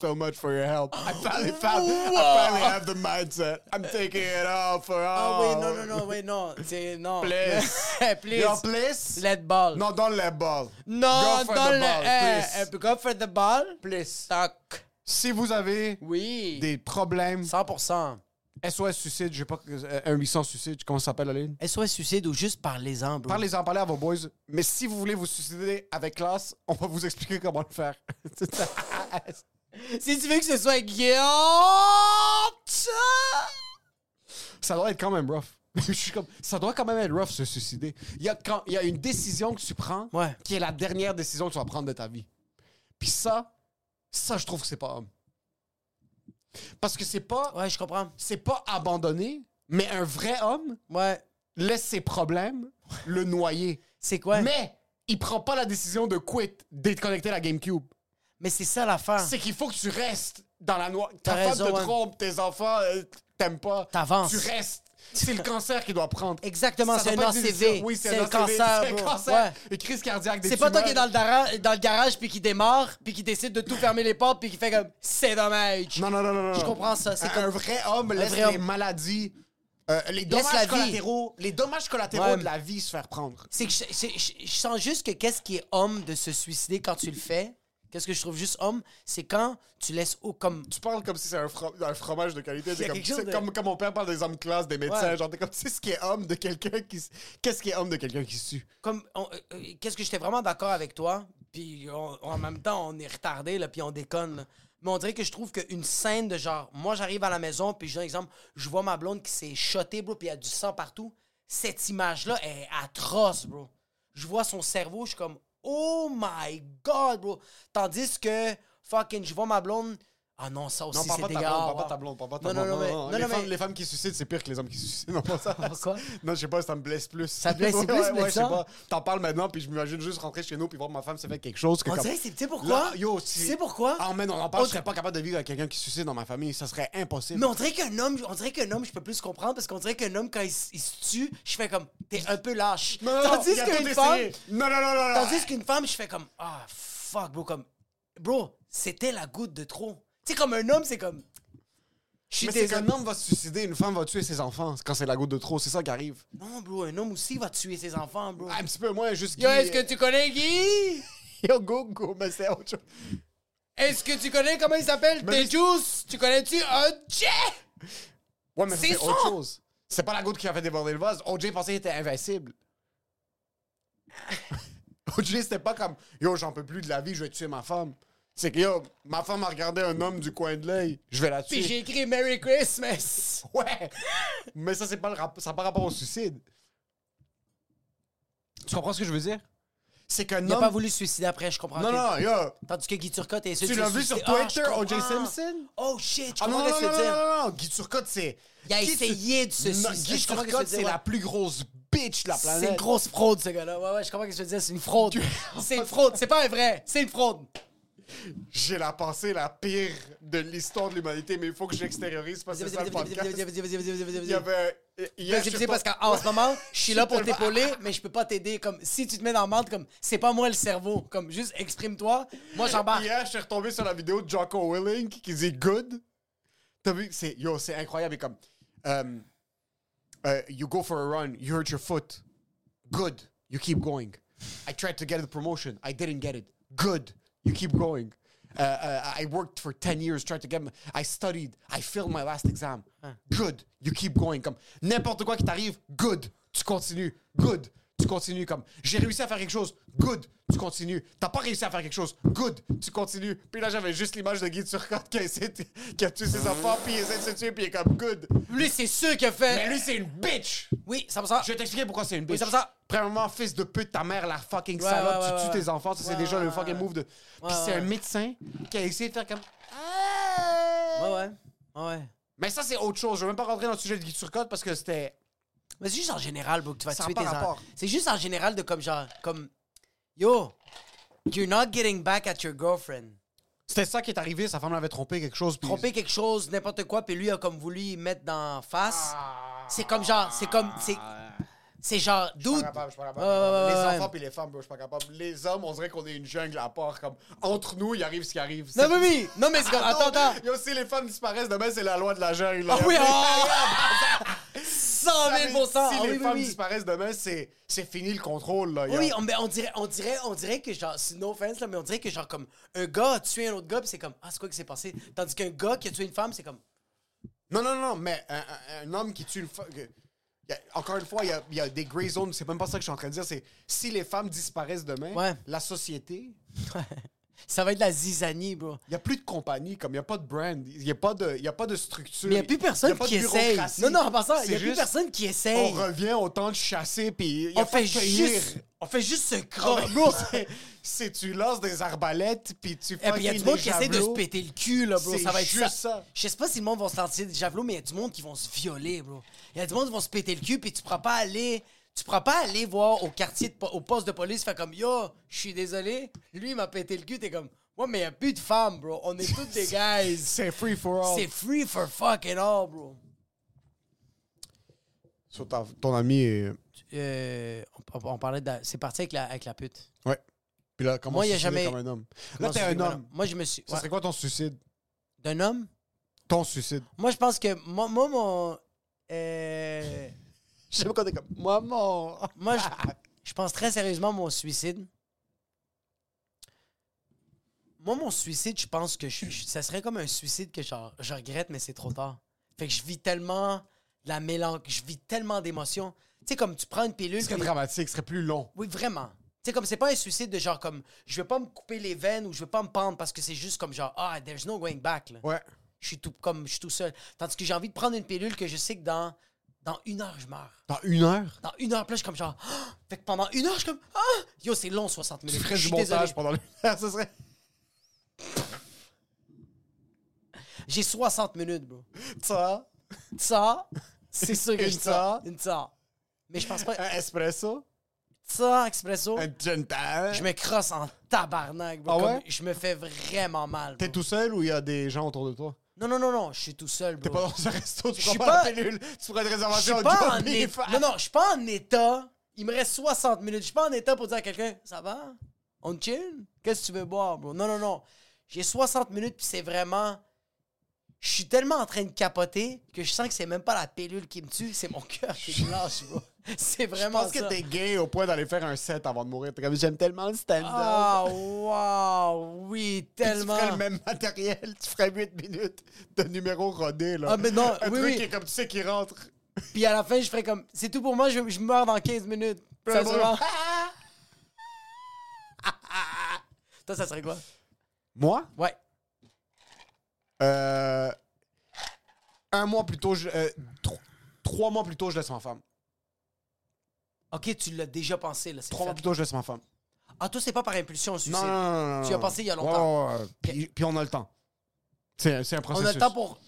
[SPEAKER 3] so much for your help. I finally found. I finally have the mindset. I'm taking it all for
[SPEAKER 2] Ah
[SPEAKER 3] all.
[SPEAKER 2] oui, non, non, non, oui, non. C'est non.
[SPEAKER 3] Oh. Please.
[SPEAKER 2] please.
[SPEAKER 3] Yo, please.
[SPEAKER 2] Let ball.
[SPEAKER 3] Non, don't let ball.
[SPEAKER 2] non,
[SPEAKER 3] Go for
[SPEAKER 2] dans
[SPEAKER 3] the
[SPEAKER 2] le-
[SPEAKER 3] ball,
[SPEAKER 2] eh,
[SPEAKER 3] please.
[SPEAKER 2] eh, go for the ball.
[SPEAKER 3] Please.
[SPEAKER 2] Tac.
[SPEAKER 3] Si vous avez
[SPEAKER 2] Oui.
[SPEAKER 3] des problèmes,
[SPEAKER 2] 100%.
[SPEAKER 3] SOS suicide, je sais pas, euh, un 800 suicide, comment ça s'appelle la ligne?
[SPEAKER 2] SOS suicide ou juste parlez-en, bro.
[SPEAKER 3] Parlez-en, parlez à vos boys. Mais si vous voulez vous suicider avec classe, on va vous expliquer comment le faire.
[SPEAKER 2] Si tu veux que ce soit guilt.
[SPEAKER 3] ça doit être quand même rough. Je suis comme, ça doit quand même être rough se suicider. Il y a, quand, il y a une décision que tu prends
[SPEAKER 2] Ouais.
[SPEAKER 3] qui est la dernière décision que tu vas prendre de ta vie. Puis ça, ça, je trouve que c'est pas homme. Parce que c'est pas,
[SPEAKER 2] Ouais, je comprends.
[SPEAKER 3] c'est pas abandonner, mais un vrai homme
[SPEAKER 2] Ouais.
[SPEAKER 3] laisse ses problèmes le noyer.
[SPEAKER 2] C'est quoi? Mais,
[SPEAKER 3] Mais il prend pas la décision de quit, déconnecter la GameCube.
[SPEAKER 2] c'est ça l'affaire.
[SPEAKER 3] C'est qu'il faut que tu restes dans la noix. Ta
[SPEAKER 2] Ah. T'as
[SPEAKER 3] femme
[SPEAKER 2] raison,
[SPEAKER 3] te
[SPEAKER 2] hein.
[SPEAKER 3] trompe, tes enfants euh, t'aiment pas.
[SPEAKER 2] T'avances.
[SPEAKER 3] Tu restes. C'est le cancer qu'il doit prendre.
[SPEAKER 2] Exactement,
[SPEAKER 3] Ça
[SPEAKER 2] c'est
[SPEAKER 3] doit
[SPEAKER 2] un
[SPEAKER 3] pas être des
[SPEAKER 2] ACV.
[SPEAKER 3] décisions. Oui, c'est
[SPEAKER 2] C'est
[SPEAKER 3] un
[SPEAKER 2] le
[SPEAKER 3] ACV,
[SPEAKER 2] cancer,
[SPEAKER 3] C'est un
[SPEAKER 2] bro.
[SPEAKER 3] cancer.
[SPEAKER 2] Ouais.
[SPEAKER 3] Une crise cardiaque. des
[SPEAKER 2] C'est pas toi
[SPEAKER 3] tumeurs.
[SPEAKER 2] qui est dans le, dara- dans le garage puis qui démarre puis qui décide de tout fermer les portes puis qui fait comme c'est dommage.
[SPEAKER 3] Non, non, non, non. non.
[SPEAKER 2] Je comprends ça, c'est
[SPEAKER 3] Un,
[SPEAKER 2] comme-
[SPEAKER 3] un vrai homme
[SPEAKER 2] Un
[SPEAKER 3] laisse
[SPEAKER 2] vrai
[SPEAKER 3] les
[SPEAKER 2] homme.
[SPEAKER 3] maladies, euh, les dommages
[SPEAKER 2] la vie.
[SPEAKER 3] collatéraux, les dommages collatéraux
[SPEAKER 2] Ouais.
[SPEAKER 3] de la vie se faire prendre.
[SPEAKER 2] C'est que je, c'est- je- je sens juste que qu'est-ce qui est homme de se suicider quand tu le fais. Qu'est-ce que je trouve juste homme, c'est quand tu laisses au comme
[SPEAKER 3] Tu parles comme si c'est un, fro- un fromage de qualité.
[SPEAKER 2] Il y
[SPEAKER 3] C'est
[SPEAKER 2] a
[SPEAKER 3] comme,
[SPEAKER 2] quelque chose
[SPEAKER 3] c'est
[SPEAKER 2] de-
[SPEAKER 3] comme, comme mon père parle des hommes de classe, des médecins.
[SPEAKER 2] Ouais.
[SPEAKER 3] Genre, t'es comme, c'est ce qui est homme de quelqu'un qui. s- Qu'est-ce qui est homme de quelqu'un qui se tue?
[SPEAKER 2] comme on- euh, euh, qu'est-ce que j'étais vraiment d'accord avec toi puis on- en même temps on est retardé là puis on déconne là. mais on dirait que je trouve qu'une scène de genre moi j'arrive à la maison puis je donne un exemple je vois ma blonde qui s'est shotée bro puis il y a du sang partout cette image là est atroce bro je vois son cerveau je suis comme oh my god bro tandis que fucking je vois ma blonde ah non ça aussi
[SPEAKER 3] Non,
[SPEAKER 2] c'est
[SPEAKER 3] pas,
[SPEAKER 2] dégueu
[SPEAKER 3] ta blonde, pas ta blonde, pas ta
[SPEAKER 2] non non
[SPEAKER 3] blonde.
[SPEAKER 2] non mais- non,
[SPEAKER 3] les,
[SPEAKER 2] non,
[SPEAKER 3] femmes,
[SPEAKER 2] mais-
[SPEAKER 3] les femmes qui se suicident, c'est pire que les hommes qui se suicident. Non, pas ça.
[SPEAKER 2] Pourquoi?
[SPEAKER 3] Non, je sais pas, ça me blesse plus. Ça
[SPEAKER 2] te blesse, c'est plus
[SPEAKER 3] ouais, je sais
[SPEAKER 2] blessant?
[SPEAKER 3] pas. T'en parles maintenant, puis je m'imagine juste rentrer chez nous, puis voir ma femme s'est fait quelque chose. Que
[SPEAKER 2] On
[SPEAKER 3] comme-
[SPEAKER 2] dirait que c'est- tu sais pourquoi?
[SPEAKER 3] Là, yo,
[SPEAKER 2] Tu sais pourquoi?
[SPEAKER 3] Ah, mais non, on en
[SPEAKER 2] On-
[SPEAKER 3] parle, je serais pas capable de vivre avec quelqu'un qui se suicide dans ma famille. Ça serait impossible.
[SPEAKER 2] Mais on dirait qu'un homme, on dirait qu'un homme, je peux plus comprendre parce qu'on dirait qu'un homme quand il, s- il se tue, je fais comme t'es un peu lâche.
[SPEAKER 3] Non, non, non,
[SPEAKER 2] tandis
[SPEAKER 3] il a tout
[SPEAKER 2] qu'une
[SPEAKER 3] essayé.
[SPEAKER 2] femme,
[SPEAKER 3] Non, non, non, non, non.
[SPEAKER 2] tandis qu'une femme, je fais comme ah fuck bro comme bro, c'était la goutte de trop. Tu sais comme un homme, c'est comme suis
[SPEAKER 3] Mais c'est
[SPEAKER 2] désolé.
[SPEAKER 3] qu'un homme va se suicider, une femme va tuer ses enfants quand c'est la goutte de trop, c'est ça qui arrive.
[SPEAKER 2] Non, bro, un homme aussi va tuer ses enfants, bro.
[SPEAKER 3] Un petit peu moins, juste.
[SPEAKER 7] Yo,
[SPEAKER 3] Guy,
[SPEAKER 7] est-ce que tu connais Guy?
[SPEAKER 3] euh, Yo, go, go, mais c'est autre chose.
[SPEAKER 7] Est-ce que tu connais comment il s'appelle?
[SPEAKER 3] Mais-
[SPEAKER 7] Tes juice? Tu connais-tu Ah, OJ?
[SPEAKER 3] Ouais, mais ça,
[SPEAKER 7] C'est
[SPEAKER 3] c'est autre
[SPEAKER 7] ça!
[SPEAKER 3] chose. C'est pas la goutte qui a fait déborder le vase. OJ pensait qu'il était invincible. OJ, c'était pas comme Yo, j'en peux plus de la vie, je vais tuer ma femme. C'est que Yo, ma femme a regardé un homme du coin de l'œil, je vais la
[SPEAKER 7] Puis j'ai
[SPEAKER 3] tuer.
[SPEAKER 7] écrit Merry Christmas.
[SPEAKER 3] Ouais! mais ça, c'est pas le rap- ça n'a pas rapport au suicide. Tu comprends ce que je veux dire? C'est qu'un
[SPEAKER 2] Il n'a
[SPEAKER 3] homme.
[SPEAKER 2] pas voulu se suicider après, je comprends.
[SPEAKER 3] Non,
[SPEAKER 2] que-
[SPEAKER 3] non, yo!
[SPEAKER 2] Tandis que Guy Turcotte est
[SPEAKER 3] Tu l'as vu sur Twitter, O.J. Simpson?
[SPEAKER 2] Ah, Oh shit, je
[SPEAKER 3] Ah non,
[SPEAKER 2] comprends
[SPEAKER 3] non,
[SPEAKER 2] ce
[SPEAKER 3] non,
[SPEAKER 2] que tu veux
[SPEAKER 3] non,
[SPEAKER 2] dire.
[SPEAKER 3] non, non, non, Guy Turcotte, c'est.
[SPEAKER 2] Il a
[SPEAKER 3] Guy
[SPEAKER 2] essayé de se
[SPEAKER 3] Non,
[SPEAKER 2] suicider.
[SPEAKER 3] Guy
[SPEAKER 2] Je comprends ce que
[SPEAKER 3] Turcotte,
[SPEAKER 2] tu veux
[SPEAKER 3] c'est
[SPEAKER 2] dire,
[SPEAKER 3] la
[SPEAKER 2] ouais.
[SPEAKER 3] plus grosse bitch de la planète.
[SPEAKER 2] C'est une grosse fraude, ce gars-là. Ouais, ouais, je comprends ce que tu veux dire. C'est une fraude. C'est une fraude. C'est pas un vrai. C'est une fraude.
[SPEAKER 3] J'ai la pensée la pire de l'histoire de l'humanité, mais il faut que j'extériorise parce que c'est ça le podcast. Il y
[SPEAKER 2] Vas-y,
[SPEAKER 3] avait. hier, je sais
[SPEAKER 2] parce
[SPEAKER 3] pas-
[SPEAKER 2] qu'en en ce moment, je suis là pour
[SPEAKER 3] tellement-
[SPEAKER 2] t'épauler, mais je peux pas t'aider. Comme si tu te mets dans le marde, comme c'est pas moi le cerveau. Comme juste exprime-toi. Moi, j'embarque.
[SPEAKER 3] Hier, je suis retombé sur la vidéo de Jocko Willing qui dit good. T'as vu? C'est, yo, c'est incroyable. Et comme. um, uh, you go for a run, you hurt your foot. Good. You keep going. I tried to get the promotion. I didn't get it. Good. You keep going. Uh, uh, I worked for 10 years, tried to get my, I studied. I failed my last exam. Good. You keep going. Comme n'importe quoi qui t'arrive, good. Tu continues. Good. Tu continues. Comme j'ai réussi à faire quelque chose. Good. Tu continues. T'as pas réussi à faire quelque chose. Good. Tu continues. Puis là, j'avais juste l'image de Guy Turcotte qui a, essayé de- qui a tué ses enfants, puis il essaie de se tuer, puis il est comme good.
[SPEAKER 2] Lui, c'est sûr qu'il a fait.
[SPEAKER 3] Mais lui, c'est une bitch!
[SPEAKER 2] Oui, ça me sent.
[SPEAKER 3] Je vais t'expliquer pourquoi c'est une
[SPEAKER 2] Oui,
[SPEAKER 3] bitch.
[SPEAKER 2] ça me semble-
[SPEAKER 3] Premièrement, fils de pute, ta mère, la fucking
[SPEAKER 2] Ouais,
[SPEAKER 3] salope,
[SPEAKER 2] ouais, ouais,
[SPEAKER 3] tu tues
[SPEAKER 2] ouais.
[SPEAKER 3] tes enfants, ça c'est
[SPEAKER 2] Ouais,
[SPEAKER 3] déjà
[SPEAKER 2] ouais,
[SPEAKER 3] le fucking
[SPEAKER 2] ouais.
[SPEAKER 3] move de. Puis
[SPEAKER 2] Ouais,
[SPEAKER 3] c'est
[SPEAKER 2] ouais.
[SPEAKER 3] un médecin qui a essayé de faire comme.
[SPEAKER 2] Ouais, ouais. Ouais.
[SPEAKER 3] Mais ça, c'est autre chose. Je vais même pas rentrer dans le sujet de Guy Turcotte parce que c'était.
[SPEAKER 2] Mais c'est juste en général, bro, que tu vas
[SPEAKER 3] Ça a
[SPEAKER 2] tuer
[SPEAKER 3] pas
[SPEAKER 2] tes enfants.
[SPEAKER 3] rapport.
[SPEAKER 2] C'est juste en général de comme genre, comme. Yo, you're not getting back at your girlfriend.
[SPEAKER 3] C'était ça qui est arrivé, sa femme l'avait trompé quelque chose. puis-
[SPEAKER 2] Tromper quelque chose, n'importe quoi, puis lui a comme voulu y mettre dans face.
[SPEAKER 3] Ah.
[SPEAKER 2] C'est comme genre, c'est comme. C'est, c'est genre,
[SPEAKER 3] Je suis
[SPEAKER 2] dude.
[SPEAKER 3] pas capable, je suis pas capable.
[SPEAKER 2] Ouais, ouais, ouais,
[SPEAKER 3] les
[SPEAKER 2] ouais.
[SPEAKER 3] enfants puis les femmes, bro, je suis pas capable. Les hommes, on dirait qu'on est une jungle à part. Comme, entre nous, il arrive ce qui arrive.
[SPEAKER 2] Non, mais oui! Non, mais c'est comme. Attends, attends!
[SPEAKER 3] Yo, si les femmes disparaissent, demain, c'est la loi de la jungle.
[SPEAKER 2] Ah oui,
[SPEAKER 3] Après,
[SPEAKER 2] oh! 100 000
[SPEAKER 3] Si
[SPEAKER 2] Ah
[SPEAKER 3] les
[SPEAKER 2] oui, oui,
[SPEAKER 3] femmes
[SPEAKER 2] oui.
[SPEAKER 3] disparaissent demain, c'est c'est fini le contrôle. Là,
[SPEAKER 2] Oui,
[SPEAKER 3] y a-
[SPEAKER 2] Oui, on, mais on dirait, on dirait, on dirait que genre, c'est no offense là, mais on dirait que genre comme un gars a tué un autre gars, puis c'est comme ah c'est quoi qui s'est passé, tandis qu'un gars qui a tué une femme, c'est comme
[SPEAKER 3] Non, non, non, mais un, un- un homme qui tue une femme. que- y a- Encore une fois, il y a, y a des grey zones. C'est même pas ça que je suis en train de dire. C'est si les femmes disparaissent demain,
[SPEAKER 2] Ouais.
[SPEAKER 3] la société,
[SPEAKER 2] ça va être de la zizanie, bro.
[SPEAKER 3] il n'y a plus de compagnie, comme il n'y a pas de brand, il n'y a, pas de- y a pas de structure.
[SPEAKER 2] Mais il n'y a plus personne
[SPEAKER 3] y a pas
[SPEAKER 2] qui
[SPEAKER 3] de
[SPEAKER 2] essaye.
[SPEAKER 3] bureaucratie.
[SPEAKER 2] Non, non, en passant, il
[SPEAKER 3] C'est
[SPEAKER 2] n'y a plus
[SPEAKER 3] juste,
[SPEAKER 2] personne qui
[SPEAKER 3] On
[SPEAKER 2] essaye.
[SPEAKER 3] revient au temps de chasser, puis il
[SPEAKER 2] On fait juste. Oh, On fait juste se croire, bro.
[SPEAKER 3] Bro, c'est tu lances des arbalètes, puis tu fais.
[SPEAKER 2] Et Eh, puis il y a du monde qui essaie de se péter le cul, là, bro.
[SPEAKER 3] C'est
[SPEAKER 2] Ça va être
[SPEAKER 3] juste
[SPEAKER 2] ça.
[SPEAKER 3] ça.
[SPEAKER 2] Je sais pas si le monde va se lancer des javelots, mais il y a du monde qui vont se violer, bro. Il y a du monde qui vont se péter le cul, puis tu pourras pas aller. Tu pourras pas aller voir au quartier, de po- au poste de police, faire comme Yo, je suis désolé, lui il m'a pété le cul, t'es comme Ouais, mais il y a plus de femmes, bro. On est toutes des guys.
[SPEAKER 3] C'est free for all.
[SPEAKER 2] C'est free for fucking all, bro.
[SPEAKER 3] Sur ta- ton ami. est-
[SPEAKER 2] Euh, on, on- on parlait de. la- C'est parti avec la, avec la pute.
[SPEAKER 3] Ouais. Puis là, comment
[SPEAKER 2] Moi,
[SPEAKER 3] se
[SPEAKER 2] y a
[SPEAKER 3] suicider
[SPEAKER 2] jamais-
[SPEAKER 3] comme un homme?
[SPEAKER 2] Moi,
[SPEAKER 3] Là, t'es
[SPEAKER 2] je suis-
[SPEAKER 3] un homme.
[SPEAKER 2] Moi, je me suis.
[SPEAKER 3] Ça
[SPEAKER 2] ouais.
[SPEAKER 3] serait quoi ton suicide?
[SPEAKER 2] D'un homme
[SPEAKER 3] Ton suicide.
[SPEAKER 2] Moi, je pense que. Moi, moi mon. euh,
[SPEAKER 3] Je sais pas quand t'es comme. Maman!
[SPEAKER 2] moi, je, je pense très sérieusement à mon suicide. Moi, mon suicide, je pense que je- je- ça serait comme un suicide que genre, je regrette, mais c'est trop tard. Fait que je vis tellement de la mélancolie, je vis tellement d'émotions. Tu sais, comme tu prends une pilule.
[SPEAKER 3] Ce serait
[SPEAKER 2] puis-
[SPEAKER 3] dramatique, ce serait plus long.
[SPEAKER 2] Oui, vraiment. Tu sais, comme c'est pas un suicide de genre comme je vais pas me couper les veines ou je vais pas me pendre parce que c'est juste comme genre ah, there's no going back. là.
[SPEAKER 3] Ouais.
[SPEAKER 2] Je suis tout comme je suis tout seul. Tandis que j'ai envie de prendre une pilule que je sais que dans, dans une heure, je meurs.
[SPEAKER 3] Dans une heure?
[SPEAKER 2] Dans une heure, plus, je suis comme genre. Ah! Fait que pendant une heure, je suis comme. Ah! Yo, c'est long, 60
[SPEAKER 3] Tu
[SPEAKER 2] minutes.
[SPEAKER 3] ferais
[SPEAKER 2] Je
[SPEAKER 3] du
[SPEAKER 2] suis désolé.
[SPEAKER 3] montage pendant une heure, ce serait.
[SPEAKER 2] J'ai 60 minutes, bro.
[SPEAKER 3] Ça,
[SPEAKER 2] Ça, c'est sûr que
[SPEAKER 3] Une
[SPEAKER 2] je ça.
[SPEAKER 3] ça.
[SPEAKER 2] Une ça. Mais je pense pas.
[SPEAKER 3] un espresso,
[SPEAKER 2] Ça, expresso.
[SPEAKER 3] un gin
[SPEAKER 2] Je me crosse en tabarnak, bro.
[SPEAKER 3] Ah
[SPEAKER 2] Comme
[SPEAKER 3] ouais?
[SPEAKER 2] Je me fais vraiment mal.
[SPEAKER 3] T'es
[SPEAKER 2] bro.
[SPEAKER 3] tout seul ou il y a des gens autour de toi?
[SPEAKER 2] Non, non, non, non. Je suis tout seul,
[SPEAKER 3] T'es
[SPEAKER 2] bro.
[SPEAKER 3] pas dans un resto, tu
[SPEAKER 2] Je suis
[SPEAKER 3] prends
[SPEAKER 2] pas-
[SPEAKER 3] pas la pilule, tu prends une
[SPEAKER 2] Je suis
[SPEAKER 3] réservation
[SPEAKER 2] pas
[SPEAKER 3] au
[SPEAKER 2] en
[SPEAKER 3] Joe Beef.
[SPEAKER 2] état. Non, non, je suis pas en état. Il me reste 60 minutes. Je suis pas en état pour dire à quelqu'un Ça va On chill Qu'est-ce que tu veux boire, bro Non, non, non. J'ai 60 minutes, puis c'est vraiment. Je suis tellement en train de capoter que je sens que c'est même pas la pilule qui me tue, c'est mon cœur qui me lâche, bro. C'est vraiment
[SPEAKER 3] Je pense
[SPEAKER 2] ça.
[SPEAKER 3] que t'es gay au point d'aller faire un set avant de mourir. T'es comme, j'aime tellement le stand-up.
[SPEAKER 2] Ah, wow, oui, tellement.
[SPEAKER 3] Tu ferais le même matériel, tu ferais 8 minutes de numéro rodé, là.
[SPEAKER 2] Ah, mais non,
[SPEAKER 3] un
[SPEAKER 2] oui,
[SPEAKER 3] truc
[SPEAKER 2] oui.
[SPEAKER 3] qui est comme tu sais qui rentre.
[SPEAKER 2] Puis à la fin, je ferais comme, c'est tout pour moi, je, je meurs dans 15 minutes. Ça
[SPEAKER 3] bon.
[SPEAKER 2] sera- Toi, ça serait quoi?
[SPEAKER 3] Moi,
[SPEAKER 2] Ouais.
[SPEAKER 3] euh, un mois plus tôt, je- euh, tro- trois mois plus tôt, je laisse ma femme.
[SPEAKER 2] Ok, tu l'as déjà pensé, là. c'est
[SPEAKER 3] Trois
[SPEAKER 2] fait.
[SPEAKER 3] mois plus tôt, je laisse ma femme.
[SPEAKER 2] Ah, toi, c'est pas par impulsion,
[SPEAKER 3] Non,
[SPEAKER 2] suicide.
[SPEAKER 3] non, non, non, non,
[SPEAKER 2] Tu y as
[SPEAKER 3] non.
[SPEAKER 2] pensé il y a
[SPEAKER 3] Ouais,
[SPEAKER 2] longtemps.
[SPEAKER 3] ouais, ouais. Puis, puis on a le temps. C'est c'est un
[SPEAKER 2] On
[SPEAKER 3] processus.
[SPEAKER 2] a le temps pour